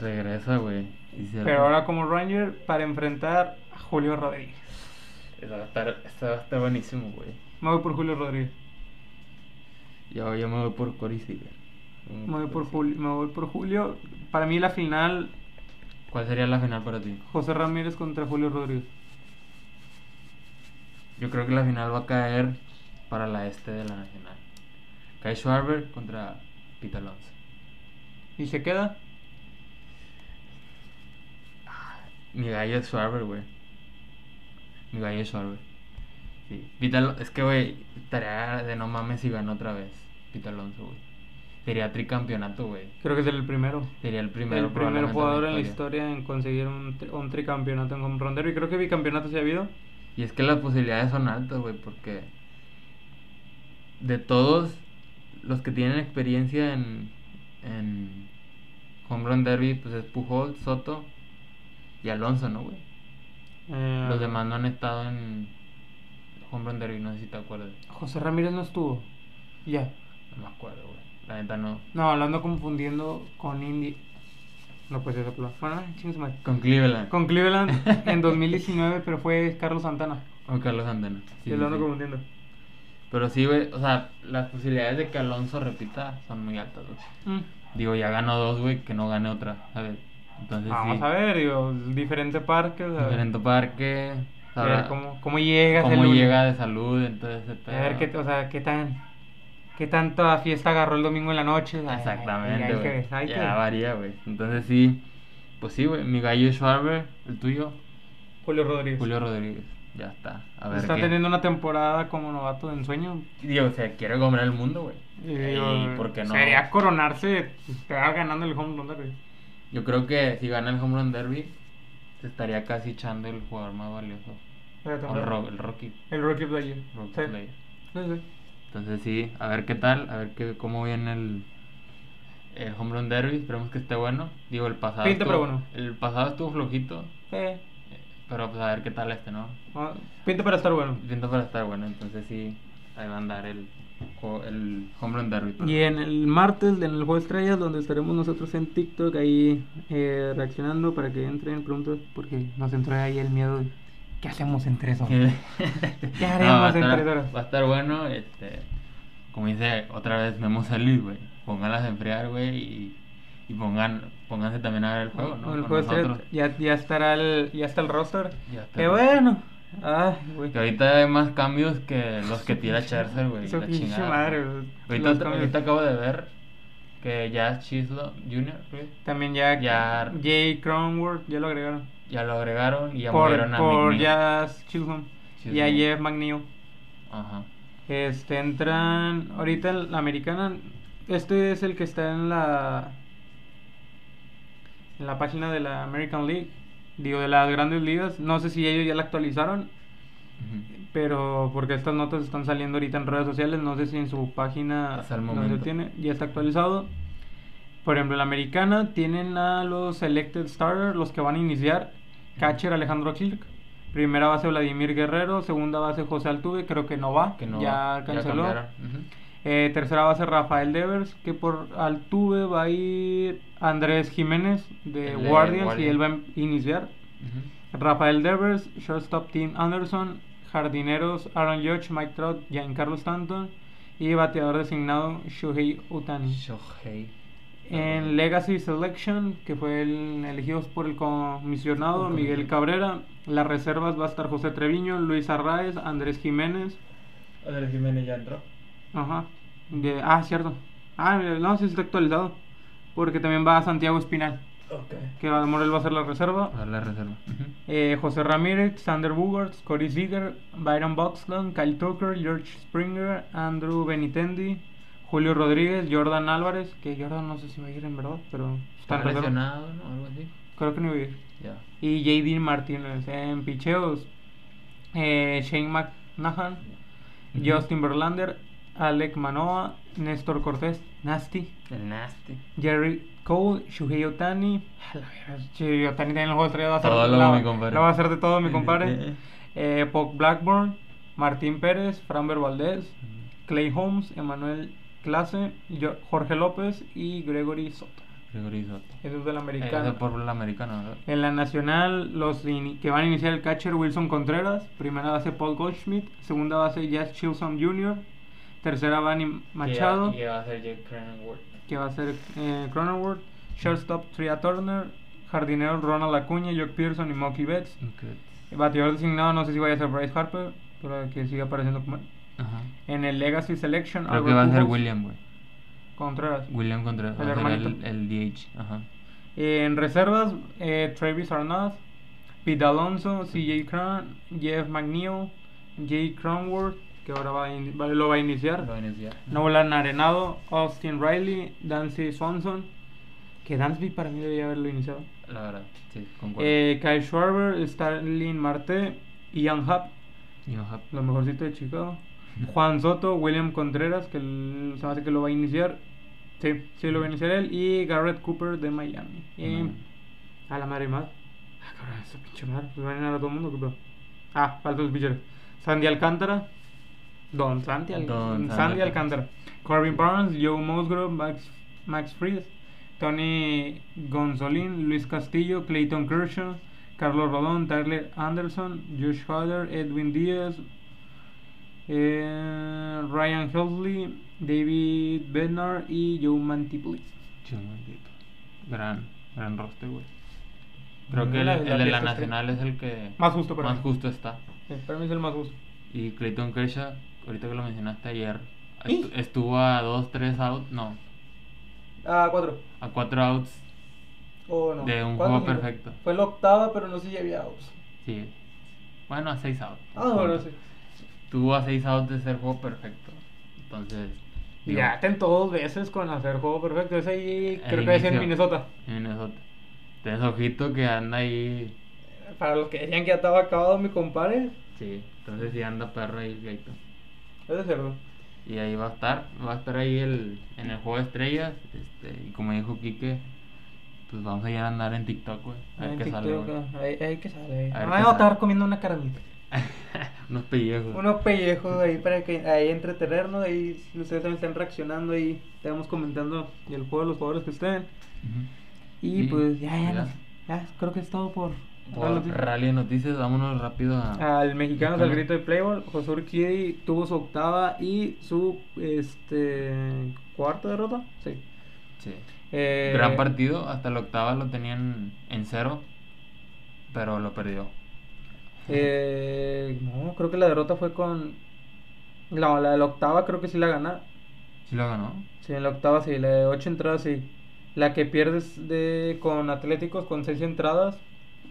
[SPEAKER 2] Regresa, güey. Y se-
[SPEAKER 1] pero ahora como Ranger para enfrentar a Julio Rodríguez.
[SPEAKER 2] Esa va a estar, esa va a estar buenísimo, güey.
[SPEAKER 1] Me voy por Julio Rodríguez.
[SPEAKER 2] Yo, yo me voy por Corey Seager. Mm.
[SPEAKER 1] Me voy por Julio. Me voy por Julio. Para mí la final,
[SPEAKER 2] ¿Cuál sería la final para ti?
[SPEAKER 1] José Ramírez contra Julio Rodríguez.
[SPEAKER 2] Yo creo que la final va a caer para la este de la nacional. Kai Schwarber contra Pete Alonso.
[SPEAKER 1] ¿Y se queda?
[SPEAKER 2] Mi gallo es Schwarber, güey. Mi gallo es Schwarber. Sí. Pete Alon- es que, güey, tarea de no mames si ganó otra vez. Pete Alonso, güey. Sería tricampeonato, güey.
[SPEAKER 1] Creo que es el primero.
[SPEAKER 2] Sería el primero
[SPEAKER 1] el primer
[SPEAKER 2] probablemente
[SPEAKER 1] jugador en la historia en conseguir un, tri- un tricampeonato en Home Run Derby. Creo que bicampeonato se ha habido.
[SPEAKER 2] Y es que las posibilidades son altas, güey, porque de todos los que tienen experiencia en, en Home Run Derby, pues es Pujol, Soto y Alonso, ¿no, güey?
[SPEAKER 1] Eh,
[SPEAKER 2] Los demás no han estado en Home Run Derby, no sé si te acuerdas.
[SPEAKER 1] José Ramírez no estuvo. Ya.
[SPEAKER 2] No me acuerdo, güey. La neta no.
[SPEAKER 1] No, lo ando confundiendo con Indy. No, pues eso. Bueno, ah, chingue su madre.
[SPEAKER 2] Con Cleveland.
[SPEAKER 1] Con Cleveland en 2019, pero fue Carlos Santana.
[SPEAKER 2] O Carlos Santana. Sí,
[SPEAKER 1] Yo
[SPEAKER 2] sí,
[SPEAKER 1] lo ando
[SPEAKER 2] sí.
[SPEAKER 1] confundiendo.
[SPEAKER 2] Pero sí, güey. O sea, las posibilidades de que Alonso repita son muy altas, güey.
[SPEAKER 1] Mm.
[SPEAKER 2] Digo, ya ganó dos, güey, que no gane otra. A ver. Entonces,
[SPEAKER 1] Ah, Vamos
[SPEAKER 2] sí.
[SPEAKER 1] a ver, digo, diferente parque. o sea,
[SPEAKER 2] Diferente parque.
[SPEAKER 1] a ver
[SPEAKER 2] sabrá
[SPEAKER 1] cómo, cómo llega.
[SPEAKER 2] cómo llega de salud, entonces.
[SPEAKER 1] A ver qué, o sea, qué tan. Qué tanta fiesta agarró el domingo en la noche. o sea,
[SPEAKER 2] Exactamente,
[SPEAKER 1] hay que
[SPEAKER 2] güey.
[SPEAKER 1] ver, hay que
[SPEAKER 2] Ya
[SPEAKER 1] ver.
[SPEAKER 2] varía, güey. Entonces, sí. Pues sí, güey. Mi gallo es Schwarber, el tuyo,
[SPEAKER 1] Julio Rodríguez.
[SPEAKER 2] Julio Rodríguez. Ya está. A ver
[SPEAKER 1] Está
[SPEAKER 2] qué.
[SPEAKER 1] teniendo una temporada como novato de ensueño.
[SPEAKER 2] Digo, o sea, quiere comer el mundo, güey.
[SPEAKER 1] Y digo,
[SPEAKER 2] ¿por qué no?
[SPEAKER 1] Sería coronarse, pues, te va ganando el home run derby.
[SPEAKER 2] Yo creo que si gana el Home Run Derby, se estaría casi echando el jugador más valioso.
[SPEAKER 1] Pero
[SPEAKER 2] O el,
[SPEAKER 1] también-
[SPEAKER 2] Ro- el Rocky.
[SPEAKER 1] El Rookie Player.
[SPEAKER 2] Rocky
[SPEAKER 1] Sí.
[SPEAKER 2] Player.
[SPEAKER 1] Sí, sí.
[SPEAKER 2] Entonces sí, a ver qué tal, a ver qué, cómo viene el, el home run derby, esperemos que esté bueno. Digo, el pasado.
[SPEAKER 1] Pinta,
[SPEAKER 2] estuvo-
[SPEAKER 1] pero bueno.
[SPEAKER 2] El pasado estuvo flojito,
[SPEAKER 1] Eh,
[SPEAKER 2] pero pues a ver qué tal este, ¿no?
[SPEAKER 1] ah, pinta para estar bueno.
[SPEAKER 2] Viendo para estar bueno, entonces sí, ahí va a andar el, o- el home run derby.
[SPEAKER 1] Y en el martes, en el juego de estrellas, donde estaremos nosotros en TikTok ahí eh, reaccionando para que entren preguntas, porque nos entró ahí el miedo de qué hacemos en tres horas. ¿Qué haremos
[SPEAKER 2] va a
[SPEAKER 1] en
[SPEAKER 2] estar-
[SPEAKER 1] tres horas?
[SPEAKER 2] Va a estar bueno, este, como dice otra vez Memo Salud, güey. Pónganlas a enfriar, güey, y, y pongan, pónganse también a ver el juego, ¿no?
[SPEAKER 1] el
[SPEAKER 2] Con
[SPEAKER 1] juego de estrellas
[SPEAKER 2] nosotros.
[SPEAKER 1] ya, ya estará el, ya está el roster.
[SPEAKER 2] Ya está.
[SPEAKER 1] Qué bueno. Ay, güey.
[SPEAKER 2] Que ahorita hay más cambios que los que tira Scherzer, güey.
[SPEAKER 1] Su
[SPEAKER 2] la
[SPEAKER 1] pinche
[SPEAKER 2] chingada.
[SPEAKER 1] madre, güey.
[SPEAKER 2] Ahorita,
[SPEAKER 1] Los cambios.
[SPEAKER 2] ahorita acabo de ver que ya Chislo Jr., güey,
[SPEAKER 1] También ya,
[SPEAKER 2] Ya-
[SPEAKER 1] Jay Cronworth ya lo agregaron.
[SPEAKER 2] ya lo agregaron y ya
[SPEAKER 1] por
[SPEAKER 2] movieron a
[SPEAKER 1] por
[SPEAKER 2] McNeil.
[SPEAKER 1] Jazz Chisholm y a
[SPEAKER 2] Chisholm.
[SPEAKER 1] Jeff McNeil.
[SPEAKER 2] Ajá.
[SPEAKER 1] Este, entran. Ahorita en la americana. Este es el que está en la. En la página de la American League. Digo, de las grandes ligas. No sé si ellos ya la actualizaron.
[SPEAKER 2] Ujú.
[SPEAKER 1] Pero porque estas notas están saliendo ahorita en redes sociales, no sé si en su página
[SPEAKER 2] Hasta el
[SPEAKER 1] donde
[SPEAKER 2] momento.
[SPEAKER 1] tiene, ya está actualizado. Por ejemplo, en la americana tienen a los selected starters, los que van a iniciar. Catcher Alejandro Kirk, primera base Vladimir Guerrero, segunda base José Altuve, creo que no va,
[SPEAKER 2] Que no,
[SPEAKER 1] ya canceló.
[SPEAKER 2] cambiaron. Ujú.
[SPEAKER 1] Eh, tercera base Rafael Devers, que por Altuve va a ir Andrés Jiménez de
[SPEAKER 2] El de
[SPEAKER 1] Guardians y
[SPEAKER 2] Guardians.
[SPEAKER 1] él va a iniciar.
[SPEAKER 2] Ujú.
[SPEAKER 1] Rafael Devers, shortstop Tim Anderson, jardineros Aaron Judge, Mike Trout, Giancarlo Stanton y bateador designado Shohei Utani.
[SPEAKER 2] Shohei.
[SPEAKER 1] En Legacy Selection, que fue el elegido por el comisionado
[SPEAKER 2] Por el
[SPEAKER 1] Miguel
[SPEAKER 2] comisionado.
[SPEAKER 1] Cabrera, las reservas va a estar José Treviño, Luis Arraez, Andrés Jiménez.
[SPEAKER 2] Andrés Jiménez ya entró.
[SPEAKER 1] Ajá. de- ah, cierto. Ah, no, sí está actualizado. Porque también va Santiago Espinal,
[SPEAKER 2] Ok.
[SPEAKER 1] que va- Morel va a ser la reserva.
[SPEAKER 2] A la reserva. Ujú.
[SPEAKER 1] Eh, José Ramírez, Sander Bogarts, Corey Seager, Byron Buxton, Kyle Tucker, George Springer, Andrew Benitendi, Julio Rodríguez, Jordan Álvarez, que Jordan no sé si va a ir en verdad, pero
[SPEAKER 2] Está
[SPEAKER 1] está en reserva.
[SPEAKER 2] lesionado, ¿no? Algo así.
[SPEAKER 1] Creo que no va a ir.
[SPEAKER 2] Ya.
[SPEAKER 1] Y JD Martínez en picheos. eh, Shane McNahan,
[SPEAKER 2] Ujú.
[SPEAKER 1] Justin Verlander, Alec Manoa, Néstor Cortés, Nasty,
[SPEAKER 2] El nasty.
[SPEAKER 1] Jerry Cole, Shuhei Otani. Shuhei Otani también el juego de estrellas va a ser
[SPEAKER 2] Todo lo
[SPEAKER 1] la-
[SPEAKER 2] de mi compadre.
[SPEAKER 1] la va a hacer de todo mi compadre. Eh, Pop Blackburn, Martín Pérez, Framber Valdés, Clay Holmes, Emanuel Clase, Jo- Jorge López y Gregory Soto.
[SPEAKER 2] Gregory Soto.
[SPEAKER 1] Eso es del
[SPEAKER 2] Eh,
[SPEAKER 1] americano.
[SPEAKER 2] ese por la americana, ¿verdad?
[SPEAKER 1] En la nacional, los ini- que van a iniciar el catcher Wilson Contreras, primera base Paul Goldschmidt, segunda base Jazz Chilson Jr., tercera Vani Machado,
[SPEAKER 2] Y va a ser Jake Cronenworth.
[SPEAKER 1] que va a ser eh, Cronenworth, shortstop Tria Turner, jardinero Ronald Acuña, Jock Pearson y Mocky Betts. Bateador designado, no sé si vaya a ser Bryce Harper, pero que siga apareciendo como él.
[SPEAKER 2] Ajá.
[SPEAKER 1] En el Legacy Selection,
[SPEAKER 2] Creo que
[SPEAKER 1] Albert
[SPEAKER 2] va a ser
[SPEAKER 1] Pujols
[SPEAKER 2] William, güey.
[SPEAKER 1] Contreras.
[SPEAKER 2] William Contreras.
[SPEAKER 1] El
[SPEAKER 2] va a ser el,
[SPEAKER 1] hermanito.
[SPEAKER 2] el DH. Ajá.
[SPEAKER 1] En reservas, eh, Travis Arnaz, Pete Alonso, CJ Cron, Jeff McNeil, Jay Cronworth, que ahora va a in- va- lo va a
[SPEAKER 2] Lo
[SPEAKER 1] iniciar.
[SPEAKER 2] van a iniciar.
[SPEAKER 1] Nolan Arenado, Austin Riley, Dancy Swanson, que Dansby para mí debería haberlo iniciado.
[SPEAKER 2] La verdad, sí, concuerdo.
[SPEAKER 1] Eh, Kyle Schwarber, Starlin Marte, Ian Happ,
[SPEAKER 2] Y ojalá-
[SPEAKER 1] lo mejorcito de Chicago. Juan Soto, William Contreras, que l- se me hace que lo va a iniciar. Sí, sí lo va a iniciar él. Y Garrett Cooper de Miami. Em, Y
[SPEAKER 2] Miami.
[SPEAKER 1] a la madre más. Ah, cabrón, esa pinche madre. Pues van a ganar a todo el mundo, qué pedo? Ah, falta los pitchers. Sandy Alcántara. Don Sandy, Al-
[SPEAKER 2] Don
[SPEAKER 1] Sandy
[SPEAKER 2] Sandy
[SPEAKER 1] Alcántara. Corbin Barnes, Joe Musgrove, Max, Max Fried, Tony Gonzolín, Luis Castillo, Clayton Kershaw, Carlos Rodón, Tyler Anderson, Josh Hader, Edwin Díaz, eh, Ryan Helsley, David Bednar y Joe Mantipoli.
[SPEAKER 2] Chingón, maldito. Gran, gran roster, güey. Creo
[SPEAKER 1] Mm.
[SPEAKER 2] que el,
[SPEAKER 1] La-
[SPEAKER 2] el
[SPEAKER 1] la
[SPEAKER 2] de la
[SPEAKER 1] fiesta
[SPEAKER 2] nacional es el que
[SPEAKER 1] Más justo para
[SPEAKER 2] más
[SPEAKER 1] mí.
[SPEAKER 2] justo está.
[SPEAKER 1] Eh, para mí es el más justo.
[SPEAKER 2] Y Clayton Kershaw, ahorita que lo mencionaste ayer,
[SPEAKER 1] ¿Y?
[SPEAKER 2] estu- estuvo a 2, 3 outs, no,
[SPEAKER 1] Ah, cuatro.
[SPEAKER 2] a 4 outs.
[SPEAKER 1] o no.
[SPEAKER 2] De un
[SPEAKER 1] ¿Cuatro
[SPEAKER 2] juego
[SPEAKER 1] cinco?
[SPEAKER 2] perfecto.
[SPEAKER 1] Fue la octava, pero no sé si había outs.
[SPEAKER 2] Sí. Bueno, a 6 outs.
[SPEAKER 1] Ah, bueno, sí.
[SPEAKER 2] Estuvo a 6 outs de ser juego perfecto. Entonces, digo,
[SPEAKER 1] Ya tentó dos veces con hacer juego perfecto. Ese ahí creo que es en
[SPEAKER 2] inicio.
[SPEAKER 1] Minnesota.
[SPEAKER 2] en Minnesota. Tenés ojito que anda ahí.
[SPEAKER 1] Para los que decían que ya estaba acabado mi compadre,
[SPEAKER 2] Sí, entonces sí anda perro ahí, Clayton.
[SPEAKER 1] es de cerdo.
[SPEAKER 2] Y ahí va a estar, va a estar ahí el, en el juego de estrellas. Este, y como dijo Quique, pues vamos a ir a andar en TikTok, güey. A ver
[SPEAKER 1] En
[SPEAKER 2] qué
[SPEAKER 1] TikTok,
[SPEAKER 2] sale, güey.
[SPEAKER 1] ah, ahí- ahí que sale.
[SPEAKER 2] A ver
[SPEAKER 1] Me
[SPEAKER 2] qué
[SPEAKER 1] voy a estar
[SPEAKER 2] sale.
[SPEAKER 1] comiendo una carnita.
[SPEAKER 2] Unos pellejos.
[SPEAKER 1] ah. Unos pellejos ahí para que ahí entretenernos. Ahí si ustedes también están reaccionando ahí estamos comentando el juego, los jugadores que estén.
[SPEAKER 2] Ujú.
[SPEAKER 1] Y
[SPEAKER 2] Y,
[SPEAKER 1] pues ya,
[SPEAKER 2] ya.
[SPEAKER 1] ya, nos- ya, creo que es todo por.
[SPEAKER 2] Por Rally de Noticias, vámonos rápido a.
[SPEAKER 1] Al mexicano del
[SPEAKER 2] Ah. Mexicano.
[SPEAKER 1] grito de Playboy, José Urquidi tuvo su octava y su este cuarta derrota. Sí.
[SPEAKER 2] Sí.
[SPEAKER 1] Eh,
[SPEAKER 2] Gran partido, hasta la octava lo tenían en cero, pero lo perdió.
[SPEAKER 1] Eh, no, creo que la derrota fue con. No, la de la octava creo que sí la gana.
[SPEAKER 2] Sí lo ganó.
[SPEAKER 1] Sí, en la octava sí, la de ocho entradas sí. La que pierdes de, con Atléticos con seis entradas,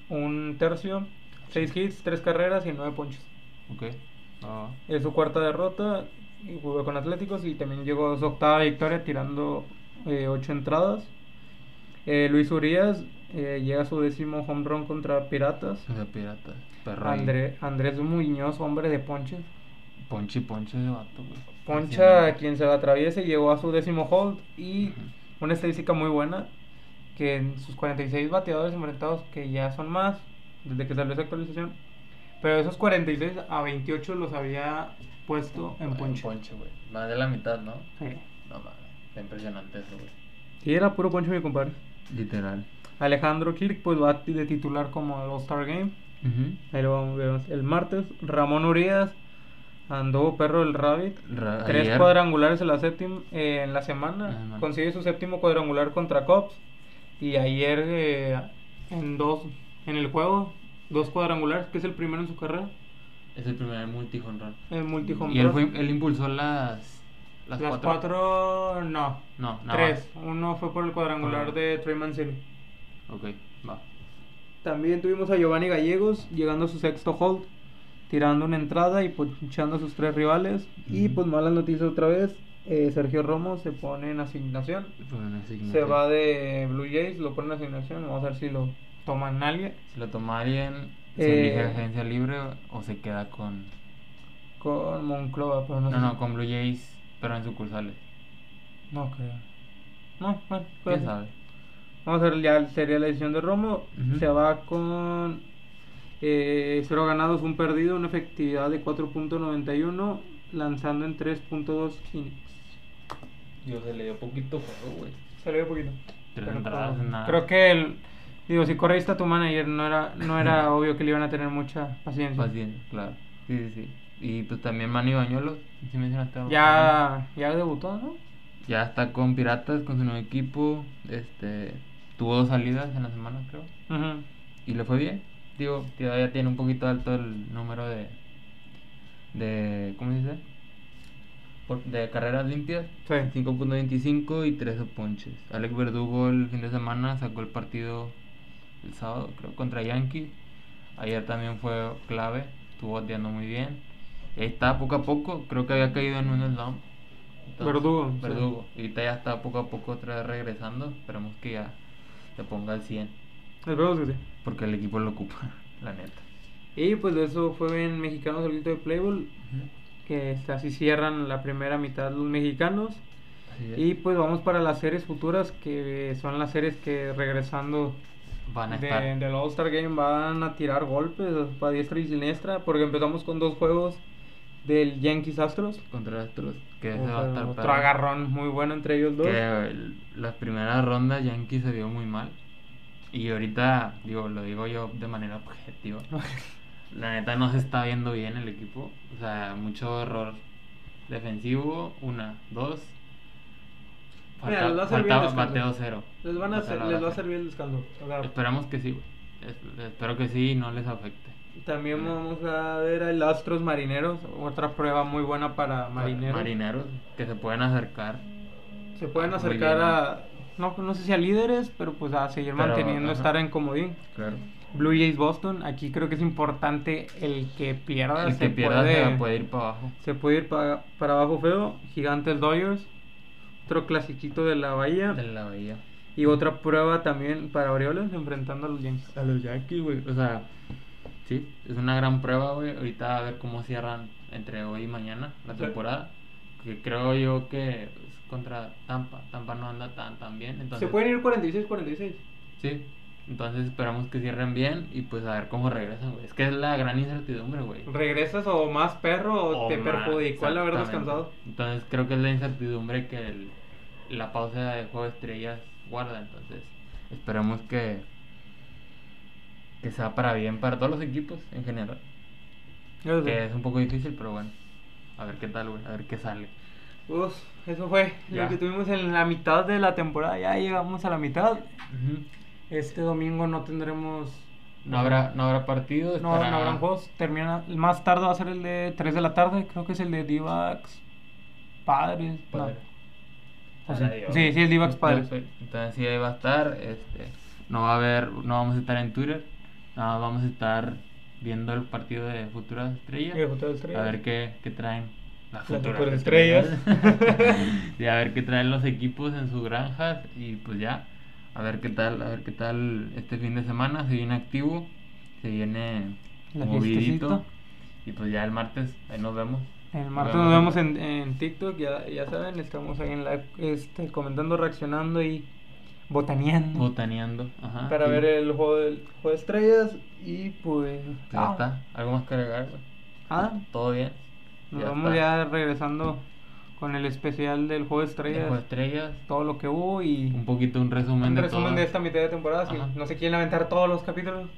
[SPEAKER 1] un tercio, seis hits, tres carreras y nueve ponches.
[SPEAKER 2] Ok. Ah,
[SPEAKER 1] Es su cuarta derrota y jugó con Atléticos y también llegó a su octava victoria tirando eh, ocho entradas. Eh, Luis Urias eh, llega a su décimo home run contra Piratas.
[SPEAKER 2] o sea, pirata. Perro. ahí.
[SPEAKER 1] André- Andrés Muñoz, hombre de ponches.
[SPEAKER 2] Ponche, ponche de vato, güey.
[SPEAKER 1] Poncha
[SPEAKER 2] Haciendo-
[SPEAKER 1] quien se la atraviese llegó a su décimo hold y
[SPEAKER 2] Ujú.
[SPEAKER 1] una estadística muy buena que en sus 46 bateadores enfrentados que ya son más desde que salió esa actualización pero esos 46 a 28 los había puesto en ponche.
[SPEAKER 2] güey. Más de la mitad, ¿no?
[SPEAKER 1] Sí.
[SPEAKER 2] No mames. Está impresionante eso, güey.
[SPEAKER 1] Sí, era puro ponche mi compadre.
[SPEAKER 2] Literal.
[SPEAKER 1] Alejandro Kirk pues va de titular como el All-Star Game. Ahí lo vamos a ver el martes. Ramón Urias andó perro del Rabbit.
[SPEAKER 2] Ra-
[SPEAKER 1] Tres
[SPEAKER 2] ayer-
[SPEAKER 1] cuadrangulares en la, séptima, eh, en la semana.
[SPEAKER 2] Ah, no.
[SPEAKER 1] Consigue su séptimo cuadrangular contra Cops. Y ayer eh, en dos en el juego, dos cuadrangulares, que es el primero en su carrera.
[SPEAKER 2] Es el primer multijonrón.
[SPEAKER 1] El multihome
[SPEAKER 2] Y él,
[SPEAKER 1] run.
[SPEAKER 2] fue, él impulsó las. Las,
[SPEAKER 1] Las, cuatro, no.
[SPEAKER 2] No, nada
[SPEAKER 1] tres. Uno fue por el cuadrangular
[SPEAKER 2] Ah.
[SPEAKER 1] de Trey Mancini.
[SPEAKER 2] más. Ok, va.
[SPEAKER 1] También tuvimos a Giovanni Gallegos llegando a su sexto hold, tirando una entrada y ponchando a sus tres rivales. Y
[SPEAKER 2] Ujú.
[SPEAKER 1] pues malas noticias otra vez. eh, Sergio Romo se pone en asignación.
[SPEAKER 2] Fue una
[SPEAKER 1] Se
[SPEAKER 2] asignación.
[SPEAKER 1] va de Blue Jays, lo ponen en asignación, vamos a ver si lo toman alguien.
[SPEAKER 2] Si lo toma alguien,
[SPEAKER 1] Eh,
[SPEAKER 2] se elige agencia libre o se queda con.
[SPEAKER 1] Con Monclova, pero no,
[SPEAKER 2] No,
[SPEAKER 1] sé.
[SPEAKER 2] no, con Blue Jays, pero en sucursales.
[SPEAKER 1] No creo. No, bueno, puede
[SPEAKER 2] ¿Quién
[SPEAKER 1] ser.
[SPEAKER 2] sabe?
[SPEAKER 1] Vamos a ver, ya sería la decisión de Romo.
[SPEAKER 2] Ujú.
[SPEAKER 1] Se va con eh, cero ganados, un perdido, una efectividad de 4.91, lanzando en 3.2 innings.
[SPEAKER 2] Yo se le dio poquito juego, güey.
[SPEAKER 1] Se le ve poquito.
[SPEAKER 2] Tres
[SPEAKER 1] Pero,
[SPEAKER 2] entradas,
[SPEAKER 1] pues,
[SPEAKER 2] nada.
[SPEAKER 1] Creo que el. Digo, si corriste a tu manager, no era, no era obvio que le iban a tener mucha paciencia.
[SPEAKER 2] Fácil, claro. Sí, sí, sí. Y pues también Manny Bañuelos, si mencionaste algo.
[SPEAKER 1] Ya, ya debutó, ¿no?
[SPEAKER 2] Ya está con Piratas, con su nuevo equipo. Este, tuvo dos salidas en la semana, creo.
[SPEAKER 1] Ujú.
[SPEAKER 2] Y le fue bien. Digo, todavía tiene un poquito alto el número de. de ¿Cómo se dice? Por- de carreras limpias.
[SPEAKER 1] Sí.
[SPEAKER 2] 5.25 y 3 ponches. Alex Verdugo el fin de semana sacó el partido el sábado, creo, contra Yankees. Ayer también fue clave, estuvo bateando muy bien. Y ahí está poco a poco, creo que había caído en un slump. Entonces,
[SPEAKER 1] Verdugo, sí.
[SPEAKER 2] Verdugo. Y ahorita ya está poco a poco otra vez regresando. Esperemos que ya se ponga al 100.
[SPEAKER 1] Espero que sí.
[SPEAKER 2] Porque el equipo lo ocupa, la neta.
[SPEAKER 1] Y pues eso fue en Mexicanos el grito de Playboy, que este, así cierran la primera mitad los mexicanos.
[SPEAKER 2] Así es.
[SPEAKER 1] Y pues vamos para las series futuras, que son las series que regresando
[SPEAKER 2] van a
[SPEAKER 1] de-
[SPEAKER 2] estar.
[SPEAKER 1] del All-Star Game van a tirar golpes para diestra y siniestra, porque empezamos con dos juegos del Yankees Astros.
[SPEAKER 2] Contra Astros, que
[SPEAKER 1] O
[SPEAKER 2] se va a
[SPEAKER 1] sea,
[SPEAKER 2] estar
[SPEAKER 1] otro
[SPEAKER 2] perro.
[SPEAKER 1] agarrón muy bueno entre ellos dos.
[SPEAKER 2] que el- la primera ronda Yankee se vio muy mal. Y ahorita, digo, lo digo yo de manera objetiva. La neta no se está viendo bien el equipo. O sea, mucho error defensivo. Una, dos.
[SPEAKER 1] Mira,
[SPEAKER 2] Falta-
[SPEAKER 1] les va a servir el
[SPEAKER 2] faltaba
[SPEAKER 1] descanso.
[SPEAKER 2] bateo cero.
[SPEAKER 1] Les, van a
[SPEAKER 2] Bateo
[SPEAKER 1] hacer-
[SPEAKER 2] la
[SPEAKER 1] les va a
[SPEAKER 2] baja.
[SPEAKER 1] servir el descanso. O sea,
[SPEAKER 2] Esperamos que sí, güey. Es- Espero que sí y no les afecte.
[SPEAKER 1] También vamos a ver al Astros Marineros, otra prueba muy buena para Marineros.
[SPEAKER 2] Marineros que se pueden acercar.
[SPEAKER 1] Se pueden
[SPEAKER 2] Muy
[SPEAKER 1] acercar
[SPEAKER 2] bien.
[SPEAKER 1] a, no, no sé si a líderes, pero pues a seguir
[SPEAKER 2] Pero,
[SPEAKER 1] manteniendo
[SPEAKER 2] ajá.
[SPEAKER 1] estar en comodín.
[SPEAKER 2] Claro.
[SPEAKER 1] Blue Jays Boston, aquí creo que es importante el que pierda.
[SPEAKER 2] El
[SPEAKER 1] Ah, se
[SPEAKER 2] que pierda
[SPEAKER 1] puede,
[SPEAKER 2] se puede ir para abajo.
[SPEAKER 1] se puede ir para, para abajo feo. Gigantes Dodgers, otro clasiquito de la Bahía.
[SPEAKER 2] De la bahía.
[SPEAKER 1] Y otra prueba también para Orioles enfrentando a los Yankees.
[SPEAKER 2] A los Yankees, güey. O sea, sí, es una gran prueba, güey. Ahorita a ver cómo cierran entre hoy y mañana la
[SPEAKER 1] Sí.
[SPEAKER 2] temporada. que creo yo que pues, contra Tampa, Tampa no anda tan tan bien, entonces
[SPEAKER 1] Se pueden ir 46-46.
[SPEAKER 2] sí, entonces esperamos que cierren bien y pues a ver cómo regresan, güey. Es que es la gran incertidumbre, güey.
[SPEAKER 1] ¿Regresas o más perro o,
[SPEAKER 2] O
[SPEAKER 1] te
[SPEAKER 2] más,
[SPEAKER 1] perjudicó el haber
[SPEAKER 2] exactamente.
[SPEAKER 1] descansado?
[SPEAKER 2] Entonces creo que es la incertidumbre que el- la pausa de juego de estrellas guarda. Entonces esperemos que, que sea para bien para todos los equipos en general.
[SPEAKER 1] Yo sé.
[SPEAKER 2] Que es un poco difícil, pero bueno. A ver qué tal, güey. A ver qué sale.
[SPEAKER 1] Pues, eso fue lo
[SPEAKER 2] Ya.
[SPEAKER 1] que tuvimos en la mitad de la temporada. Ya llegamos a la mitad. Este domingo no tendremos.
[SPEAKER 2] No habrá, no habrá partido.
[SPEAKER 1] No,
[SPEAKER 2] estará-
[SPEAKER 1] no habrán juegos. Termina, el más tarde va a ser el de 3 de la tarde. Creo que es el de Divax Padres. no.
[SPEAKER 2] Padre.
[SPEAKER 1] O sí.
[SPEAKER 2] Ay, Dios.
[SPEAKER 1] Sí, sí, es Divax Padres.
[SPEAKER 2] Entonces sí ahí va a estar, este, no va a haber, no vamos a estar en Twitter, nada más vamos a estar viendo el partido de futuras estrellas.
[SPEAKER 1] El Hotel Estrellas.
[SPEAKER 2] A ver qué, qué traen las
[SPEAKER 1] Las
[SPEAKER 2] futuras
[SPEAKER 1] superestrellas.
[SPEAKER 2] y a ver qué traen los equipos en sus granjas y pues ya, a ver qué tal, a ver qué tal este fin de semana, se viene activo, se viene
[SPEAKER 1] La
[SPEAKER 2] movidito.
[SPEAKER 1] fiestecita.
[SPEAKER 2] Y pues ya el martes, ahí nos vemos.
[SPEAKER 1] El martes nos vemos en, en TikTok. Ya, ya saben, estamos ahí en live este, comentando, reaccionando y botaneando.
[SPEAKER 2] Botaneando. Ajá,
[SPEAKER 1] para
[SPEAKER 2] y-
[SPEAKER 1] ver el juego, del, juego de estrellas. Y pues.
[SPEAKER 2] Pues ya está. ¿Algo más que agregar, güey?
[SPEAKER 1] Ah,
[SPEAKER 2] ¿Todo bien?
[SPEAKER 1] Nos
[SPEAKER 2] Ya
[SPEAKER 1] vamos
[SPEAKER 2] está.
[SPEAKER 1] ya regresando con el especial del juego de
[SPEAKER 2] Dejo
[SPEAKER 1] estrellas,
[SPEAKER 2] estrellas.
[SPEAKER 1] todo lo que hubo y
[SPEAKER 2] Un poquito un resumen
[SPEAKER 1] un
[SPEAKER 2] de
[SPEAKER 1] resumen
[SPEAKER 2] todo.
[SPEAKER 1] de esta mitad de temporada. Si
[SPEAKER 2] Ajá.
[SPEAKER 1] no se quieren aventar todos los capítulos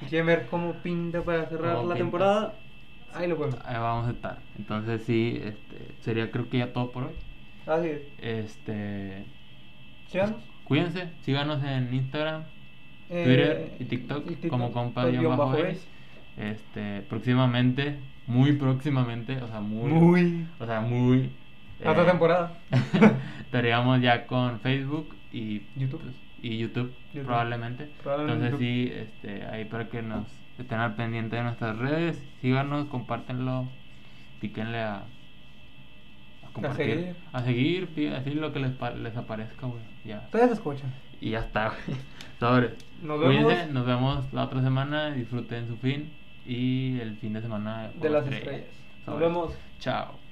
[SPEAKER 1] y quieren ver cómo pinta para cerrar
[SPEAKER 2] Cómo
[SPEAKER 1] la
[SPEAKER 2] pinta.
[SPEAKER 1] temporada, ahí lo pueden. ver.
[SPEAKER 2] Ahí vamos a estar. Entonces sí, este, sería creo que ya todo por hoy.
[SPEAKER 1] Así es.
[SPEAKER 2] Este,
[SPEAKER 1] Sean,
[SPEAKER 2] cuídense, síganos en Instagram,
[SPEAKER 1] eh,
[SPEAKER 2] Twitter y TikTok, como compa
[SPEAKER 1] pues,
[SPEAKER 2] guión
[SPEAKER 1] guión
[SPEAKER 2] bajo
[SPEAKER 1] bajo
[SPEAKER 2] es.
[SPEAKER 1] es.
[SPEAKER 2] Este, próximamente, muy próximamente, o sea, muy,
[SPEAKER 1] Muy.
[SPEAKER 2] o sea, muy
[SPEAKER 1] Hasta
[SPEAKER 2] eh,
[SPEAKER 1] temporada.
[SPEAKER 2] estaríamos ya con Facebook y
[SPEAKER 1] YouTube.
[SPEAKER 2] pues, y YouTube,
[SPEAKER 1] YouTube.
[SPEAKER 2] probablemente.
[SPEAKER 1] Probablemente
[SPEAKER 2] Entonces sí, este, ahí para que nos estén al pendiente de nuestras redes, síganos, compártenlo, píquenle a, a
[SPEAKER 1] seguir.
[SPEAKER 2] a seguir, pi- así lo que les, pa- les aparezca, güey. Ya.
[SPEAKER 1] Ustedes escuchan.
[SPEAKER 2] Y ya está, güey. Sobre.
[SPEAKER 1] Nos
[SPEAKER 2] Cuídense,
[SPEAKER 1] vemos.
[SPEAKER 2] nos vemos la otra semana, disfruten su fin y el fin de semana
[SPEAKER 1] De
[SPEAKER 2] Juego
[SPEAKER 1] las
[SPEAKER 2] Estrellas.
[SPEAKER 1] estrellas. Nos
[SPEAKER 2] Sobre.
[SPEAKER 1] vemos.
[SPEAKER 2] Chao.